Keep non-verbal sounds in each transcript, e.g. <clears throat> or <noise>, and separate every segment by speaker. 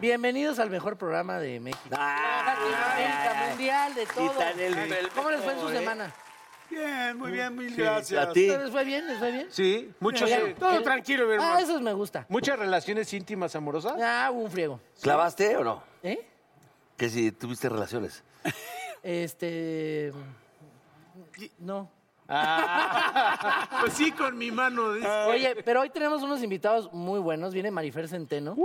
Speaker 1: Bienvenidos al mejor programa de México. Latinoamérica, mundial, de todo. ¿Cómo les fue en su
Speaker 2: eh.
Speaker 1: semana?
Speaker 3: Bien, muy bien, mil
Speaker 4: A
Speaker 3: gracias.
Speaker 4: ti.
Speaker 1: ¿Les fue bien? ¿Les fue bien?
Speaker 5: Sí, muchos.
Speaker 1: Oigan,
Speaker 5: sí, Todo
Speaker 1: el-
Speaker 5: tranquilo, mi
Speaker 1: Ah,
Speaker 5: hermano.
Speaker 1: esos me gusta.
Speaker 5: Muchas relaciones
Speaker 1: <laughs>
Speaker 5: íntimas amorosas.
Speaker 1: Ah, hubo un friego.
Speaker 4: ¿Clavaste o no?
Speaker 1: ¿Eh?
Speaker 4: Que si tuviste relaciones.
Speaker 1: Este... No.
Speaker 5: Ah. Pues sí, con mi mano.
Speaker 1: Ah. Oye, pero hoy tenemos unos invitados muy buenos. Viene Marifer Centeno,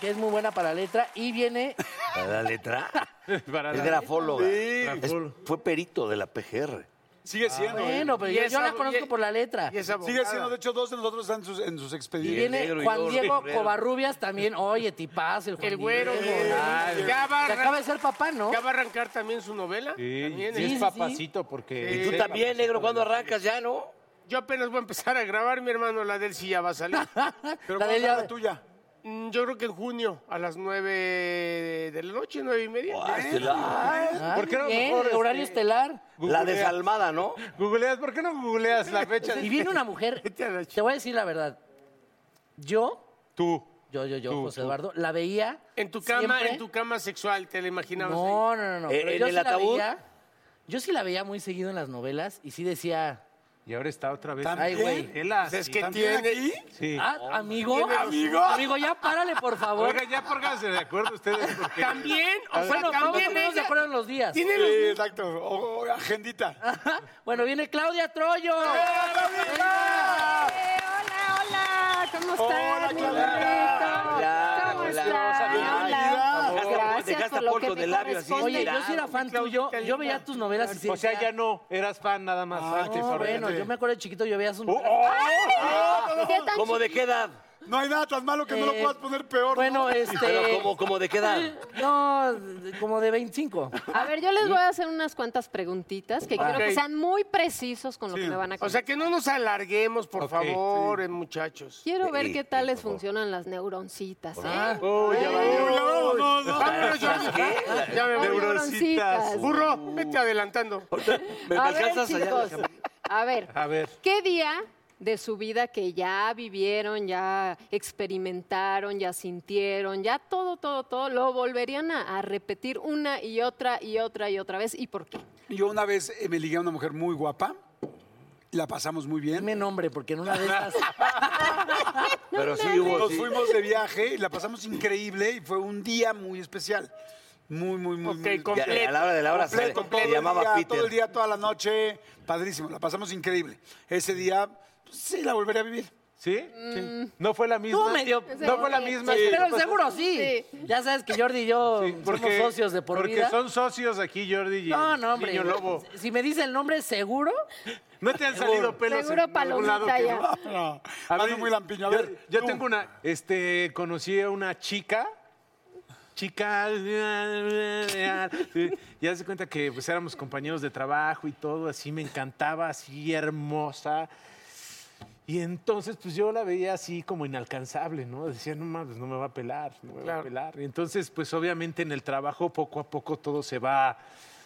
Speaker 1: que es muy buena para letra, y viene...
Speaker 4: ¿Para la letra?
Speaker 5: <laughs> Para
Speaker 4: es
Speaker 5: la-
Speaker 4: grafóloga.
Speaker 5: Sí.
Speaker 4: Es- fue perito de la PGR.
Speaker 2: Sigue siendo.
Speaker 1: Ah,
Speaker 2: eh.
Speaker 1: Bueno, pero
Speaker 5: Y
Speaker 1: yo,
Speaker 5: es
Speaker 1: yo la
Speaker 5: abo-
Speaker 1: conozco
Speaker 5: y-
Speaker 1: por la letra.
Speaker 5: Y esa
Speaker 2: Sigue
Speaker 5: abogada.
Speaker 2: siendo, de hecho, dos de nosotros están en sus, en sus
Speaker 1: Ah. Y
Speaker 4: el
Speaker 2: expedientes.
Speaker 1: viene
Speaker 4: negro y
Speaker 1: Juan
Speaker 4: yo,
Speaker 1: Diego
Speaker 4: el negro.
Speaker 1: Covarrubias también. Oye, tipaz, el Juan
Speaker 5: El güero.
Speaker 1: Diego.
Speaker 5: güey.
Speaker 1: Ay,
Speaker 5: Ya va, a
Speaker 1: que acaba de
Speaker 5: arran-
Speaker 1: ser papá, ¿no?
Speaker 5: ya va a arrancar también su novela.
Speaker 2: Sí,
Speaker 5: También,
Speaker 1: sí,
Speaker 5: ¿eh?
Speaker 1: sí,
Speaker 4: es
Speaker 1: sí.
Speaker 4: papacito porque...
Speaker 5: Sí.
Speaker 4: Y tú también, negro, ¿cuándo arrancas ya, no?
Speaker 5: Yo apenas voy a empezar a grabar, mi hermano. La del sí ya va a salir.
Speaker 2: Pero
Speaker 1: <laughs> La
Speaker 2: ¿cuál
Speaker 1: de
Speaker 2: es
Speaker 1: ella-
Speaker 2: la tuya?
Speaker 5: Mm, Yo creo que en junio, a las nueve de la noche, nueve y media.
Speaker 4: Ay, este la,
Speaker 1: Ah,
Speaker 5: ¿Por qué no
Speaker 1: bien,
Speaker 5: mejor,
Speaker 1: el horario
Speaker 5: este,
Speaker 1: estelar.
Speaker 4: la desalmada, ¿no?
Speaker 5: Googleas, ¿por qué no googleas la fecha?
Speaker 1: Y
Speaker 5: <laughs>
Speaker 1: viene <laughs> una mujer.
Speaker 5: Vete a la ch-
Speaker 1: Te voy a decir la verdad. Yo,
Speaker 5: Tú.
Speaker 1: yo, yo, yo,
Speaker 5: Tú,
Speaker 1: José
Speaker 5: tú.
Speaker 1: Eduardo, la veía.
Speaker 5: En tu cama,
Speaker 1: siempre-
Speaker 5: en tu cama sexual, te la imaginabas. ahí?
Speaker 1: No, no, no, no.
Speaker 4: Eh,
Speaker 1: pero
Speaker 4: ¿en
Speaker 1: yo
Speaker 4: el
Speaker 1: sí la
Speaker 4: ataúd?
Speaker 1: veía- Yo sí la veía muy seguido en las novelas y sí decía,
Speaker 5: Y ahora está otra vez.
Speaker 1: ay, güey.
Speaker 5: Él así.
Speaker 2: Es que
Speaker 5: También
Speaker 2: tiene...
Speaker 5: aquí. Sí.
Speaker 1: Ah, amigo.
Speaker 2: ¿Amigo?
Speaker 1: Amigo, ya párale, por favor.
Speaker 5: Oiga, ya pónganse de acuerdo ustedes. Porque... <laughs> También, o sea,
Speaker 1: bueno, vamos a
Speaker 5: también
Speaker 1: ponernos de
Speaker 5: ella
Speaker 1: acuerdo en los días.
Speaker 5: tiene
Speaker 2: Sí,
Speaker 5: los
Speaker 2: exacto. O, o agendita.
Speaker 1: Bueno, viene Claudia Troyo.
Speaker 2: ¡Claudia!
Speaker 6: Eh, Hola, hola, ¿cómo están?
Speaker 2: Hola,
Speaker 6: Muy
Speaker 2: Claudia.
Speaker 6: bonito.
Speaker 4: Hola,
Speaker 6: ¿Cómo
Speaker 4: hola.
Speaker 6: están?
Speaker 4: Bienvenida.
Speaker 6: Hola.
Speaker 4: Dejaste a Paul-
Speaker 6: Gracias
Speaker 4: dejaste a
Speaker 6: por lo
Speaker 4: Paul
Speaker 6: que
Speaker 4: con
Speaker 6: me
Speaker 4: el labio así,
Speaker 1: Oye,
Speaker 6: corresponde.
Speaker 4: mira.
Speaker 1: yo sí era fan tuyo.
Speaker 5: Claudita
Speaker 1: Yo
Speaker 5: linda.
Speaker 1: veía tus novelas y sí
Speaker 5: O sea,
Speaker 1: decía,
Speaker 5: ya no, eras fan nada más.
Speaker 2: Ah, qué
Speaker 1: No,
Speaker 2: sorprendente.
Speaker 1: bueno, yo me acuerdo de chiquito, yo veía sus
Speaker 2: Oh,
Speaker 1: novelas.
Speaker 2: oh,
Speaker 6: ¿Qué tan
Speaker 4: ¿Cómo
Speaker 6: chiquito?
Speaker 4: de qué edad?
Speaker 2: no hay nada tan malo que no lo
Speaker 1: Eh,
Speaker 2: puedas poner peor.
Speaker 1: Bueno,
Speaker 2: ¿no?
Speaker 1: este. eh,
Speaker 4: Pero ¿cómo, cómo de qué edad?
Speaker 1: No, de- como de 25.
Speaker 6: A ver, yo les voy a hacer unas cuantas preguntitas que quiero que sean muy precisos con lo que me van a
Speaker 5: O sea,
Speaker 6: contar.
Speaker 5: que no nos alarguemos, por favor, eh, muchachos.
Speaker 6: Quiero
Speaker 4: Sí,
Speaker 6: ver qué
Speaker 4: sí,
Speaker 6: tal les
Speaker 4: por favor.
Speaker 6: funcionan las neuroncitas, ¿eh?
Speaker 5: Oh, ya va.
Speaker 2: Uy, la vámonos, ¿no?
Speaker 5: Vámonos, ya, ya me voy.
Speaker 6: Ay, neuroncitas.
Speaker 5: Burro, vete adelantando.
Speaker 4: ¿Me, me
Speaker 6: A ver,
Speaker 4: alcanzas allá?
Speaker 6: chicos, a ver,
Speaker 5: A ver.
Speaker 6: ¿qué día de su vida que ya vivieron, ya experimentaron, ya sintieron, ya todo, todo, todo, lo volverían a, a repetir una y otra y otra y otra vez? ¿Y por qué?
Speaker 2: Yo una vez eh, me ligué a una mujer muy guapa. La pasamos muy bien.
Speaker 1: Dime nombre, porque en una de esas.
Speaker 4: <laughs> Pero sí hubo,
Speaker 2: Nos
Speaker 4: sí.
Speaker 2: fuimos de viaje y la pasamos increíble y fue un día muy especial. Muy, muy, muy,
Speaker 5: Ok,
Speaker 2: muy
Speaker 5: com-
Speaker 4: Ya, a la hora de la hora se,
Speaker 2: completo,
Speaker 4: le-
Speaker 2: todo
Speaker 4: le
Speaker 2: el
Speaker 4: llamaba
Speaker 2: día,
Speaker 4: Peter.
Speaker 2: Todo el día, toda la noche. Padrísimo, la pasamos increíble. Ese día, pues, sí, la volveré a vivir.
Speaker 5: ¿Sí? No fue la misma.
Speaker 1: Tú medio.
Speaker 5: No fue la misma. que-
Speaker 1: Pero seguro sí.
Speaker 6: Sí.
Speaker 1: Ya sabes que Jordi y yo
Speaker 5: Sí, porque-
Speaker 1: somos socios de por
Speaker 5: porque
Speaker 1: vida.
Speaker 5: son socios aquí, Jordi. Y
Speaker 1: No,
Speaker 5: el
Speaker 1: no, hombre.
Speaker 5: Niño lobo.
Speaker 1: Si me dice el nombre, seguro.
Speaker 5: No te han salido pelos.
Speaker 6: Seguro
Speaker 5: en algún lado
Speaker 6: palomita
Speaker 5: que
Speaker 6: ya.
Speaker 5: no?
Speaker 2: No,
Speaker 5: A
Speaker 2: ando
Speaker 5: ver,
Speaker 2: muy lampiño. A
Speaker 5: yo-
Speaker 2: ver,
Speaker 5: yo
Speaker 2: tú.
Speaker 5: tengo una. Este, conocí a una chica. Chica. Ya se cuenta que pues, éramos compañeros de trabajo y todo, así me encantaba, así hermosa. Y entonces, pues yo la veía así como inalcanzable, ¿no? Decía, no mames, no me va a pelar, no me va a pelar. Y entonces, pues obviamente en el trabajo poco a poco todo se va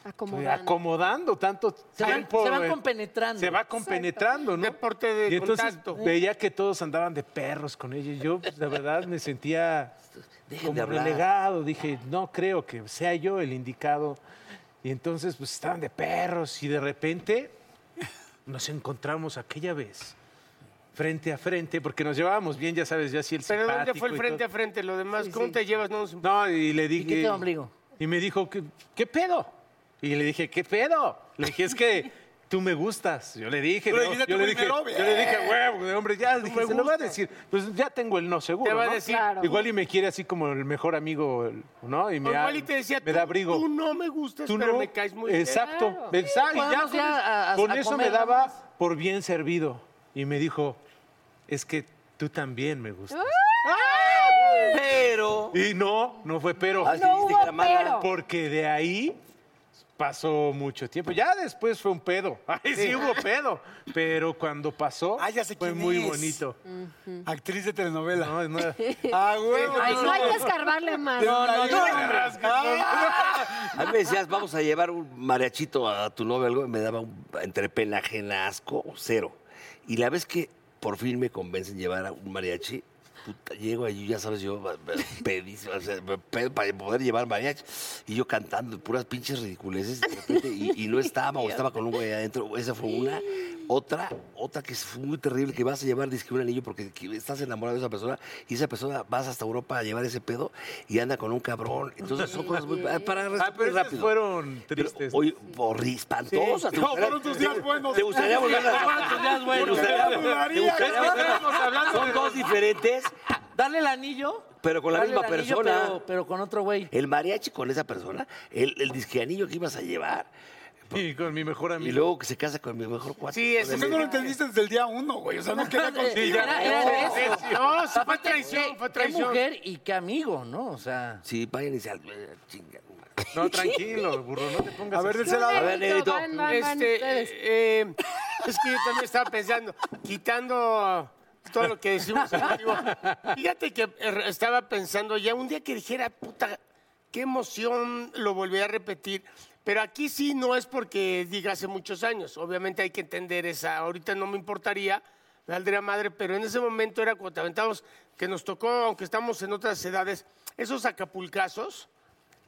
Speaker 6: acomodando.
Speaker 5: acomodando tanto
Speaker 1: Se van,
Speaker 5: tiempo.
Speaker 1: se van
Speaker 5: eh,
Speaker 1: compenetrando.
Speaker 5: se va compenetrando, ¿no?
Speaker 7: Deporte de
Speaker 5: y entonces
Speaker 7: contacto.
Speaker 5: veía que todos andaban de perros con ella. y Yo, pues, la verdad, me sentía
Speaker 4: de
Speaker 5: como
Speaker 4: hablar.
Speaker 5: relegado. Dije, no creo que sea yo el indicado. Y entonces, pues, estaban de perros. Y de repente nos encontramos aquella vez frente a frente, porque nos llevábamos bien, ya sabes, ya así el
Speaker 7: Pero ¿dónde
Speaker 5: simpático
Speaker 7: fue el
Speaker 5: y
Speaker 7: frente
Speaker 5: todo.
Speaker 7: a frente? Lo demás, ¿cómo te llevas? No, nos-
Speaker 5: No, y le dije...
Speaker 1: ¿Y qué te ombligo?
Speaker 5: Y me dijo, ¿qué, qué pedo? Y le dije, ¿qué pedo? Le dije, es que tú me gustas. Yo le dije,
Speaker 2: Tú le
Speaker 5: ¿no?
Speaker 2: dijiste
Speaker 5: yo,
Speaker 2: tú
Speaker 5: le dije
Speaker 2: primero,
Speaker 5: yo le dije, huevo, de hombre, ya, dije,
Speaker 7: me
Speaker 5: se lo va a
Speaker 7: gustas.
Speaker 5: decir. Pues ya tengo el no seguro,
Speaker 7: Te va a
Speaker 5: ¿no?
Speaker 7: decir,
Speaker 6: Claro.
Speaker 5: Igual y me quiere así como el mejor amigo, el- ¿no? Y me,
Speaker 7: o
Speaker 5: da-
Speaker 7: igual y te decía,
Speaker 5: me da
Speaker 7: tú-
Speaker 5: abrigo.
Speaker 7: tú no me gustas,
Speaker 5: Tú
Speaker 7: pero
Speaker 5: no.
Speaker 7: me caes muy bien.
Speaker 5: Exacto.
Speaker 6: Claro.
Speaker 5: Exacto. Y ya
Speaker 1: vamos
Speaker 5: con,
Speaker 1: ya
Speaker 5: eso-
Speaker 1: a- a-
Speaker 5: con
Speaker 1: a
Speaker 5: eso
Speaker 1: comer
Speaker 5: me daba
Speaker 1: nomás.
Speaker 5: por bien servido. Y me dijo, es que tú también me gustas.
Speaker 4: Pero.
Speaker 5: Y no, no fue pero.
Speaker 4: Ah, sí,
Speaker 6: No
Speaker 4: dijiste
Speaker 6: hubo
Speaker 4: que era mala.
Speaker 6: pero.
Speaker 5: Porque de ahí pasó mucho tiempo. Ya después fue un pedo. <laughs> Ay, sí hubo pedo. Pero cuando pasó,
Speaker 2: Ah, ya sé
Speaker 5: fue
Speaker 2: quién
Speaker 5: muy
Speaker 2: es.
Speaker 5: bonito.
Speaker 2: Actriz de telenovela.
Speaker 5: No,
Speaker 6: <laughs>
Speaker 5: no,
Speaker 2: Ah, huevo.
Speaker 6: Ay, no hay que escarbarle más.
Speaker 2: no,
Speaker 4: A mí me decías, vamos a llevar un mariachito a tu novia o algo, y me daba un, entre pena ajena, asco, cero. Y la vez que por fin me convencen llevar a un mariachi, puta, llego allí, ya sabes, yo va- va- pedísimo, o sea, me pedo para poder llevar mariachi. Y yo cantando puras pinches ridiculeces, de repente, y, y no estaba, o estaba con un güey adentro, esa fue una. Otra, otra que fue muy terrible, que vas a llevar disque un anillo porque que estás enamorado de esa persona y esa persona vas hasta Europa a llevar ese pedo y anda con un cabrón. Entonces son cosas muy... Para
Speaker 5: Ah, pero esas
Speaker 4: rápido.
Speaker 5: fueron
Speaker 4: Pero,
Speaker 5: tristes.
Speaker 4: Oye, horri- espantosas. ¿Te
Speaker 2: No,
Speaker 4: gustaría-
Speaker 2: fueron tus días buenos.
Speaker 4: ¿Te gustaría volver a
Speaker 1: Fueron tus días
Speaker 4: <laughs>
Speaker 1: buenos.
Speaker 4: ¿Te gustaría- te
Speaker 2: Porque no dudaría
Speaker 4: gustaría
Speaker 2: que
Speaker 4: volver a-
Speaker 5: estábamos hablando
Speaker 4: Son
Speaker 5: de-
Speaker 4: dos diferentes.
Speaker 1: Dale el anillo.
Speaker 4: Pero con la
Speaker 1: dale
Speaker 4: misma
Speaker 1: el anillo,
Speaker 4: persona.
Speaker 1: Pero, pero con otro güey.
Speaker 4: El mariachi con esa persona, el, el disqueanillo que ibas a llevar,
Speaker 5: Y con mi mejor
Speaker 4: y
Speaker 5: amigo.
Speaker 4: luego que se casa con mi mejor cuate.
Speaker 7: Sí, ese
Speaker 2: Pues eso no lo entendiste desde el día uno, güey. O sea,
Speaker 1: <laughs>
Speaker 2: no queda contigo.
Speaker 5: Sí, ya.
Speaker 1: Era, era de eso.
Speaker 7: No, sí, fue
Speaker 1: Aparte,
Speaker 7: traición,
Speaker 1: qué-
Speaker 7: fue
Speaker 1: Qué
Speaker 7: traición.
Speaker 1: mujer y qué amigo, ¿no? O sea.
Speaker 4: Sí, vayan y se... eh, Chinga.
Speaker 5: No, tranquilo, burro, no te pongas
Speaker 2: A ver, de
Speaker 5: así.
Speaker 2: ese lado.
Speaker 4: A ver, Negrito.
Speaker 6: Van, van, van ustedes.
Speaker 7: Este, eh, es que yo también estaba pensando, quitando todo lo que decimos. en vivo, Fíjate que eh, estaba pensando ya un día que dijera, puta, qué emoción lo volví a repetir. Pero aquí sí no es porque diga hace muchos años. Obviamente hay que entender esa. Ahorita no me importaría, me valdría madre, pero en ese momento era cuando te aventábamos, que nos tocó, aunque estamos en otras edades, esos acapulcazos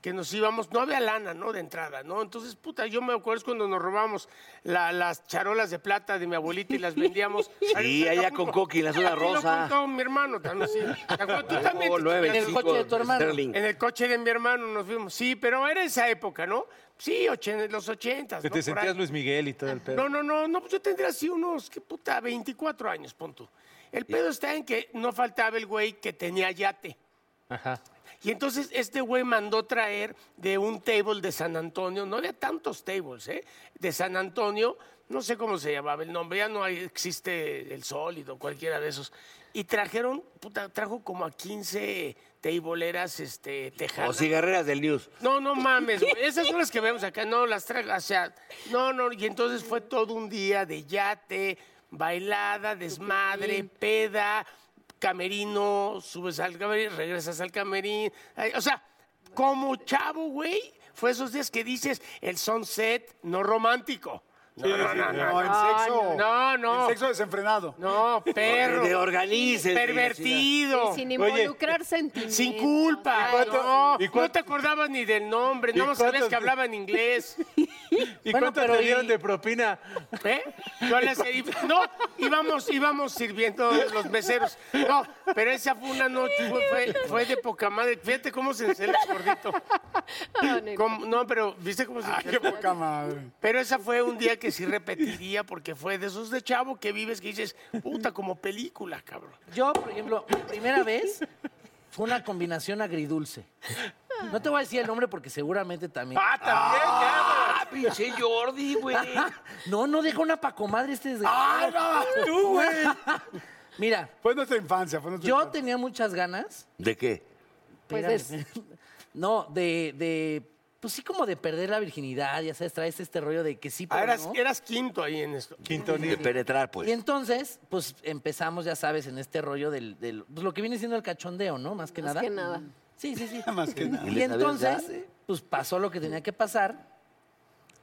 Speaker 7: que nos íbamos, no había lana, ¿no? De entrada, ¿no? Entonces, puta, yo me acuerdo es cuando nos robábamos la- las charolas de plata de mi abuelita y las vendíamos.
Speaker 4: <laughs> Sí, allá con Coqui, en la zona
Speaker 7: Aquí lo
Speaker 4: rosa. Oh,
Speaker 7: contó mi hermano también, sí.
Speaker 4: <laughs>
Speaker 7: ¿Te acuerdas? Tú también te
Speaker 4: nueve,
Speaker 7: chingaste.
Speaker 1: el coche de tu
Speaker 4: cinco,
Speaker 1: hermano.
Speaker 4: Sterling.
Speaker 7: En el coche de mi hermano nos fuimos. Sí, pero era esa época, ¿no? Sí, ochen- los ochentas,
Speaker 5: Que
Speaker 7: ¿no?
Speaker 5: te
Speaker 7: Por ahí.
Speaker 5: sentías Luis Miguel y todo el pedo.
Speaker 7: No, no, no, no, pues yo tendría así unos, qué puta, 24 años, pon tú. El pedo está en que no faltaba el güey que tenía yate.
Speaker 5: Ajá.
Speaker 7: Y entonces este güey mandó traer de un table de San Antonio, no había tantos tables, ¿eh? De San Antonio, no sé cómo se llamaba el nombre, ya no hay- existe el sólido, cualquiera de esos. Y trajeron, puta, trajo como a 15 tableeras este,
Speaker 4: O
Speaker 7: tejanas.
Speaker 4: cigarreras del News.
Speaker 7: No, no mames, güey. Esas son las que vemos acá. No, las traigo. O sea, no, no. Y entonces fue todo un día de yate, bailada, desmadre, peda, camerino, subes al camerino, regresas al camerino. Ay, O sea, como chavo, güey, fue esos días que dices el sunset no romántico. No, no,
Speaker 2: No,
Speaker 7: no, no.
Speaker 2: en sexo.
Speaker 7: No,
Speaker 2: En
Speaker 7: no.
Speaker 2: sexo desenfrenado.
Speaker 7: No, perro.
Speaker 4: De organices.
Speaker 7: Pervertido.
Speaker 6: Sin involucrar sentimientos.
Speaker 7: Sin culpa.
Speaker 6: Ay,
Speaker 7: no,
Speaker 5: ¿Y
Speaker 7: no
Speaker 5: cuánto-
Speaker 7: te acordabas ni del nombre,
Speaker 5: ¿Y
Speaker 7: no sabías
Speaker 5: cuántos-
Speaker 7: que hablaba en inglés.
Speaker 5: <laughs> ¿Y
Speaker 1: Bueno,
Speaker 5: cuánto
Speaker 1: pero
Speaker 5: te
Speaker 1: y-
Speaker 5: dieron de propina?
Speaker 7: ¿Eh? Yo le serví- No, íbamos, íbamos sirviendo los meseros. No, pero esa fue una noche, fue, fue- fue de poca madre. Fíjate cómo se encela el gordito.
Speaker 5: Ah,
Speaker 6: no, no.
Speaker 7: Cómo- No, pero viste cómo se
Speaker 2: Ay, qué poca madre.
Speaker 7: Pero esa fue un día que sí repetiría porque fue de esos de chavo que vives que dices, puta, como película, cabrón.
Speaker 1: Yo, por ejemplo, mi primera vez fue una combinación agridulce. No te voy a decir el nombre porque seguramente también.
Speaker 5: Ah, también, ya.
Speaker 4: Ah, pinche Jordi, güey.
Speaker 1: <laughs> No, no deja una pacomadre este desgraciado.
Speaker 2: Ah, tú, güey.
Speaker 1: <laughs> Mira,
Speaker 2: Fue nuestra infancia. Fue nuestra
Speaker 1: yo
Speaker 2: infancia.
Speaker 1: tenía muchas ganas.
Speaker 4: ¿De qué?
Speaker 6: Pues
Speaker 1: espérame, espérame. <laughs> No, de, de. Pues sí, como de perder la virginidad, ya sabes, traes este rollo de que sí, pero
Speaker 7: Ah, eras,
Speaker 1: no.
Speaker 7: eras quinto ahí en esto.
Speaker 4: De penetrar, pues.
Speaker 1: Y entonces, pues empezamos, ya sabes, en este rollo del, del- pues, lo que viene siendo el cachondeo, ¿no? Más que
Speaker 6: Más
Speaker 1: nada.
Speaker 6: que nada.
Speaker 1: Sí, sí, sí.
Speaker 2: <laughs> Más que nada.
Speaker 4: ¿Y
Speaker 1: Y,
Speaker 4: le sabías
Speaker 1: entonces,
Speaker 4: dar?
Speaker 1: pues pasó lo que tenía que pasar.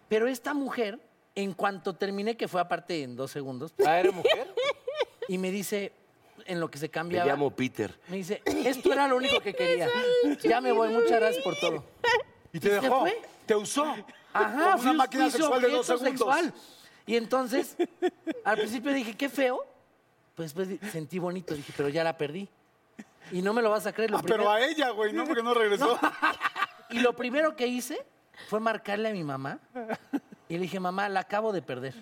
Speaker 1: Pero esta mujer, en cuanto terminé, que fue aparte en dos segundos,
Speaker 5: ¿Ah, era mujer?
Speaker 1: y me dice, en lo que se
Speaker 4: Me
Speaker 1: cambiaba,
Speaker 4: llamo Peter.
Speaker 1: me dice, esto era lo único
Speaker 6: <laughs>
Speaker 1: que quería. Ya me voy, muchas gracias por todo.
Speaker 2: Y te dejó.
Speaker 1: Este fue?
Speaker 2: Te usó.
Speaker 1: Ajá,
Speaker 2: Como una
Speaker 1: fui-
Speaker 2: máquina
Speaker 1: fui su
Speaker 2: sexual de dos
Speaker 1: objeto
Speaker 2: segundos.
Speaker 1: sexual. Y entonces, al principio dije, qué feo. Pues después di- sentí bonito, dije, pero ya la perdí. Y no me lo vas a creer. Lo
Speaker 2: Ah, pero a ella, güey, no porque no
Speaker 1: <laughs>
Speaker 2: regresó.
Speaker 1: Y lo primero que hice fue marcarle a mi mamá. Y le dije, mamá, la acabo de perder.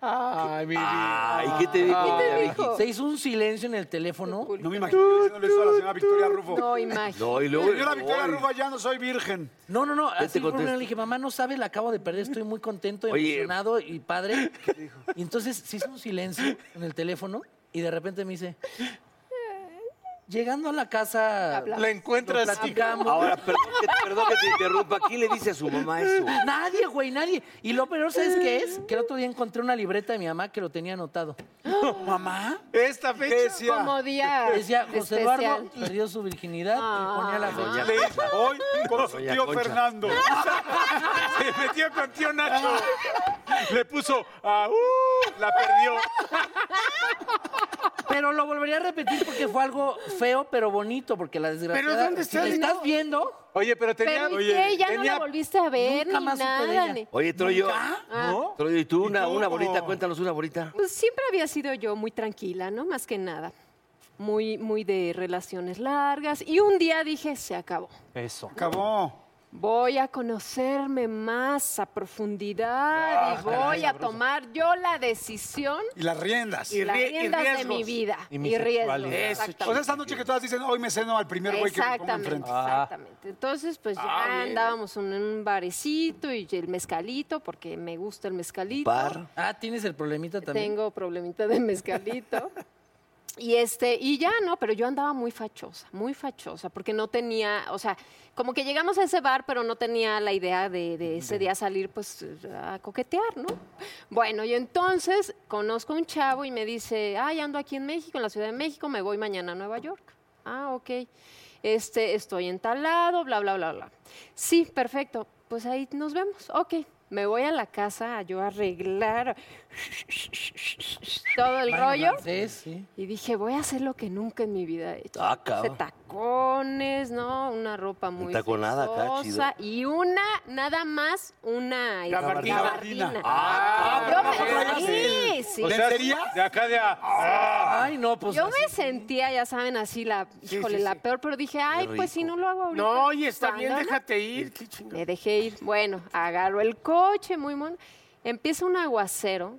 Speaker 5: Ay, mi vida.
Speaker 4: Ay, ¿qué te dijo? doña Vicky?
Speaker 6: dijo?
Speaker 1: Se hizo un silencio en el teléfono.
Speaker 2: No me imagino diciéndole eso a la señora Victoria Rufo.
Speaker 6: No, imagínate.
Speaker 4: No, y luego.
Speaker 2: Señora Victoria
Speaker 4: Ay.
Speaker 2: Rufo, ya no soy virgen.
Speaker 1: No, no, no. Así por una
Speaker 4: contesto.
Speaker 1: le dije, mamá, no sabes, la acabo de perder. Estoy muy contento,
Speaker 4: Oye.
Speaker 1: emocionado y padre. Y entonces se hizo un silencio en el teléfono y de repente me dice, llegando a la casa,
Speaker 6: Habla.
Speaker 7: La encuentras
Speaker 1: lo
Speaker 7: así.
Speaker 1: platicamos.
Speaker 4: Ahora, perdón que, perdón que te interrumpa. ¿Quién le dice a su mamá eso?
Speaker 1: Nadie, güey, nadie. Y lo peor, ¿sabes qué es? Que el otro día encontré una libreta de mi mamá que lo tenía anotado.
Speaker 2: ¿Mamá?
Speaker 7: Esta
Speaker 2: ¿Qué
Speaker 7: fecha.
Speaker 2: decía?
Speaker 6: Como día
Speaker 1: Decía, José
Speaker 6: especial.
Speaker 1: Eduardo perdió su virginidad y ponía la fecha.
Speaker 2: Le dice, voy con su
Speaker 4: Doña
Speaker 2: tío
Speaker 4: Concha.
Speaker 2: Fernando.
Speaker 5: <laughs> Se metió con tío Nacho.
Speaker 2: <laughs>
Speaker 5: Le puso a uh, la perdió.
Speaker 1: Pero lo volvería a repetir porque fue algo feo, pero bonito, porque la desgracia.
Speaker 7: Pero ¿dónde está el-
Speaker 1: estás viendo?
Speaker 5: Oye, pero tenía.
Speaker 6: Pero ¿y
Speaker 5: oye,
Speaker 6: qué? Ya
Speaker 5: tenía-
Speaker 6: no la volviste a ver
Speaker 1: Nunca
Speaker 6: ni
Speaker 1: más supe de
Speaker 6: nada.
Speaker 1: ella.
Speaker 6: ni-
Speaker 4: Oye, Troyo.
Speaker 5: ¿No?
Speaker 4: Troyo, ¿y tú una,
Speaker 2: tú
Speaker 4: una
Speaker 2: cómo?
Speaker 4: bonita? Cuéntanos una bonita.
Speaker 6: Ah, Pues siempre había sido yo muy tranquila, ¿no? Más que nada. Muy, muy de relaciones largas. Y un día dije, se acabó.
Speaker 5: Eso.
Speaker 2: Acabó.
Speaker 6: Voy a conocerme más a profundidad y voy a tomar yo la decisión
Speaker 2: Y las riendas.
Speaker 7: Y
Speaker 6: las
Speaker 7: rie- y
Speaker 6: riendas de
Speaker 7: riesgos.
Speaker 6: mi vida
Speaker 5: Y
Speaker 6: y,
Speaker 5: mi
Speaker 6: riesgos.
Speaker 5: sexualidad. Eso,
Speaker 2: O sea,
Speaker 6: exactamente.
Speaker 2: esta noche que todas dicen, hoy me ceno al primer güey que me ponga
Speaker 6: Exactamente, Ah.
Speaker 2: enfrente.
Speaker 6: exactamente. Entonces, pues ya andábamos en un barecito y el mezcalito, porque me gusta el mezcalito.
Speaker 4: Par.
Speaker 1: Ah, tienes el problemita también. <laughs>
Speaker 6: Tengo problemita de mezcalito. Y este, y ya no, pero yo andaba muy fachosa, muy fachosa, porque no tenía, o sea, como que llegamos a ese bar, pero no tenía la idea de, de ese día salir, pues, a coquetear, ¿no? Bueno, y entonces conozco a un chavo y me dice, ay, ando aquí en México, en la Ciudad de México, me voy mañana a Nueva York. Ah, ok. Este, estoy entalado, bla, bla, bla, bla. Sí, perfecto. Pues ahí nos vemos. Ok. Me voy a la casa a yo arreglar todo el rollo.
Speaker 1: Sí, sí.
Speaker 6: Y dije, voy a hacer lo que nunca en mi vida he hecho.
Speaker 4: Ah,
Speaker 6: Puse
Speaker 4: cabrón.
Speaker 6: tacones, ¿no? Una ropa muy
Speaker 4: taconada acá, chido.
Speaker 6: sexosa. Y una, nada más, una este,
Speaker 7: Gabardina.
Speaker 6: gabardina.
Speaker 4: Ah,
Speaker 6: Yo me-
Speaker 2: traías
Speaker 6: sí, <laughs> sí.
Speaker 5: O sea, de acá de a. Ah.
Speaker 1: Ay, no, pues.
Speaker 6: Yo
Speaker 1: así.
Speaker 6: me sentía, ya saben, así la, híjole, la peor, pero dije, ay, pues si no lo hago ahorita.
Speaker 7: No, y está bien,
Speaker 6: ¿cuándo, no?".
Speaker 7: déjate ir. Qué chingada.
Speaker 6: Me dejé ir. Bueno, agarro el coche, muy mono. Empieza un aguacero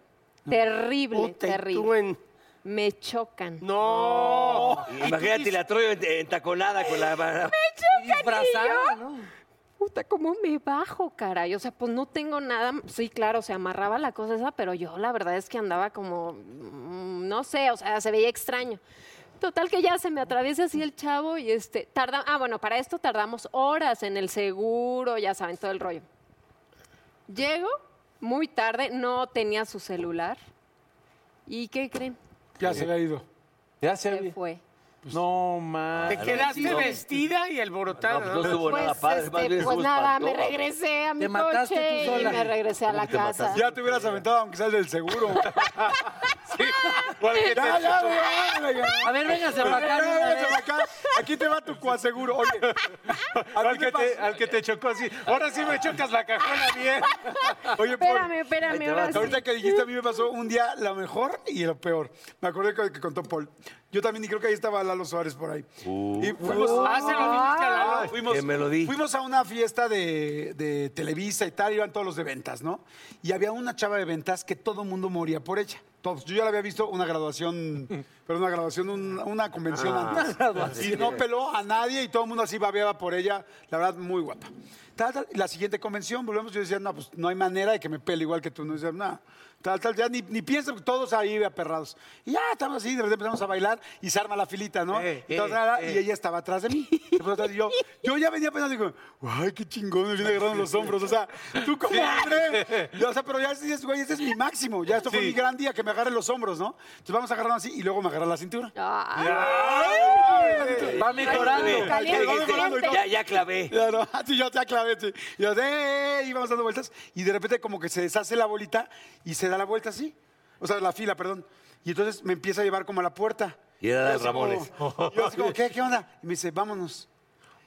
Speaker 6: terrible,
Speaker 7: Mm. Puta, y
Speaker 6: terrible.
Speaker 7: tú en-
Speaker 6: Me chocan.
Speaker 7: No.
Speaker 4: Imagínate la Troyo en, en taconada con la.
Speaker 1: Disfrazada, ¿no?
Speaker 6: Puta, ¿cómo me bajo, caray? O sea, pues no tengo nada. Sí, claro, se amarraba la cosa esa, pero yo la verdad es que andaba como, mm, no sé, o sea, se veía extraño. Total que ya se me atraviesa así el chavo y este, tarda, ah, bueno, para esto tardamos horas en el seguro, ya saben, todo el rollo. Llego muy tarde, no tenía su celular. ¿Y qué creen?
Speaker 2: Ya se había ido.
Speaker 5: Ya se
Speaker 6: Se
Speaker 5: había-
Speaker 6: fue.
Speaker 5: No, man.
Speaker 4: Ah,
Speaker 7: Te quedaste vestida y alborotada.
Speaker 4: No, pues, no estuvo
Speaker 6: Pues,
Speaker 4: nada padre.
Speaker 6: este,
Speaker 4: más bien
Speaker 6: pues
Speaker 4: estuvo
Speaker 6: nada, me
Speaker 4: espantosa.
Speaker 6: regresé a mi
Speaker 1: Te mataste
Speaker 6: coche
Speaker 1: tú
Speaker 6: y
Speaker 1: sola.
Speaker 6: me regresé a la
Speaker 4: que te
Speaker 6: casa.
Speaker 4: mataste?
Speaker 2: Ya te hubieras aventado, aunque seas del seguro.
Speaker 5: Porque te-
Speaker 2: ya, ya, ya, ya, ya.
Speaker 1: A ver, véngase
Speaker 2: Ven,
Speaker 1: para acá. de
Speaker 2: ven,
Speaker 1: una
Speaker 2: ven, ven
Speaker 1: vez.
Speaker 2: acá. Aquí te va tu coaseguro. Oye, a mí
Speaker 5: al,
Speaker 2: me
Speaker 5: que te,
Speaker 2: pasó-
Speaker 5: al que te chocó así. Ahora sí me chocas la cajona bien.
Speaker 2: Oye, Paul,
Speaker 6: Espérame, espérame, ahora sí.
Speaker 2: Ahorita que dijiste, a mí me pasó un día la mejor y lo peor. Me acordé que, que contó Paul. Yo también, y creo que ahí estaba Lalo Suárez por ahí. Y fuimos,
Speaker 7: Ah, se lo dijiste a Lalo.
Speaker 2: Ay, fuimos,
Speaker 4: que me lo di.
Speaker 2: fuimos a una fiesta de, de Televisa y tal, iban todos los de ventas, ¿no? Y había una chava de ventas que todo el mundo moría por ella. Todos. Yo ya la había visto una graduación, pero una graduación, un- una convención
Speaker 4: Ah.
Speaker 2: antes. Y no peló a nadie y todo el mundo así babeaba por ella. La verdad, muy guapa. Tal, tal, la siguiente convención, volvemos, yo decía, no, pues no hay manera de que me pele igual que tú. No decía, nada. Tal, tal, ya ni, ni piensa, porque todos ahí aperrados. Y ya, estamos así, de repente empezamos a bailar. y se arma la filita, ¿no?
Speaker 5: Eh,
Speaker 2: y, todos,
Speaker 5: eh,
Speaker 2: ah, ah,
Speaker 5: eh.
Speaker 2: y ella estaba atrás de mí. Y por atrás, y yo, yo ya venía pensando, digo, ay, qué chingón, me viene agarrando los hombros. O sea, tú como hombre. y, o sea, pero ya dices, güey, este es mi máximo. Ya esto fue
Speaker 5: Sí.
Speaker 2: mi gran día, que me agarren los hombros, ¿no? Entonces vamos a agarrarnos así y luego me agarra la cintura.
Speaker 5: Va mejorando.
Speaker 6: Ay, caliente,
Speaker 2: Va mejorando y todo.
Speaker 4: Ya, ya clavé.
Speaker 2: Ya, no, <laughs> sí, yo te aclavé, sí. Y yo, ¡eh! Íbamos dando vueltas y de repente como que se deshace la bolita y se da la vuelta así. O sea, la fila, perdón. Y entonces me empieza a llevar como a la puerta.
Speaker 4: Y era
Speaker 2: Yo
Speaker 4: de
Speaker 2: así como-
Speaker 4: Ramones.
Speaker 2: <laughs> Yo así como, ¿qué, qué onda? Y me dice, vámonos.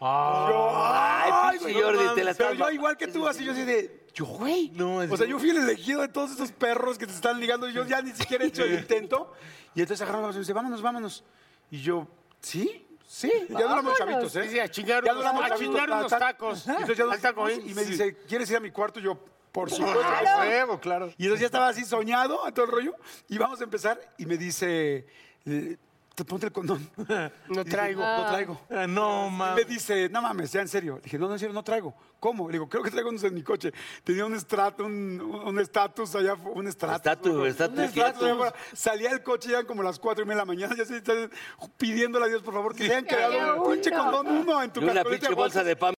Speaker 4: Ah. Ay,
Speaker 2: güey,
Speaker 4: pinche Jordi, te la
Speaker 2: Pero
Speaker 4: estás...
Speaker 2: yo igual que tú, así yo así de, yo, güey.
Speaker 5: No,
Speaker 2: o sea, yo fui el elegido de todos esos perros que te están ligando y yo ya ni siquiera he hecho el intento. Y entonces agarramos la mano y me dice, vámonos, vámonos. Y yo, ¿sí? Sí, ya duramos chavitos, ¿eh?
Speaker 7: Sí, sí, a chingar
Speaker 2: Ya
Speaker 7: unos-
Speaker 2: duramos
Speaker 7: a
Speaker 2: chavitos,
Speaker 7: chingar
Speaker 2: ta,
Speaker 7: unos
Speaker 2: ta.
Speaker 7: tacos.
Speaker 2: Y entonces ya
Speaker 7: Al
Speaker 2: nos
Speaker 7: taco,
Speaker 2: fuimos
Speaker 7: ¿eh?
Speaker 2: y me
Speaker 7: Sí.
Speaker 2: dice, ¿quieres ir a mi cuarto? Yo, por
Speaker 5: Pues,
Speaker 2: supuesto. que
Speaker 7: ¡Claro!
Speaker 2: sí".
Speaker 7: Huevo, claro.
Speaker 2: Y entonces ya estaba así soñado a todo el rollo. Y vamos a empezar y me dice, eh, te ponte el condón.
Speaker 7: <laughs> No traigo.
Speaker 2: No traigo.
Speaker 5: Ah, No,
Speaker 2: Me
Speaker 5: mames.
Speaker 2: dice, no mames, ya en serio. Le dije, no, no, en serio, no traigo. ¿Cómo? Le digo, creo que traigo unos en mi coche. Tenía un estrato, un un estatus allá, afu- un estrato.
Speaker 4: Estatus,
Speaker 2: un
Speaker 4: estatus,
Speaker 2: estatus allá
Speaker 4: estatus.
Speaker 2: afuera. Salía del coche, ya eran como las 4 y media de la mañana, ya se están pidiéndole a Dios, por favor, que se hayan quedado un pinche condón uno en tu
Speaker 4: Y una
Speaker 2: cartulita
Speaker 4: pinche bolsa de pan.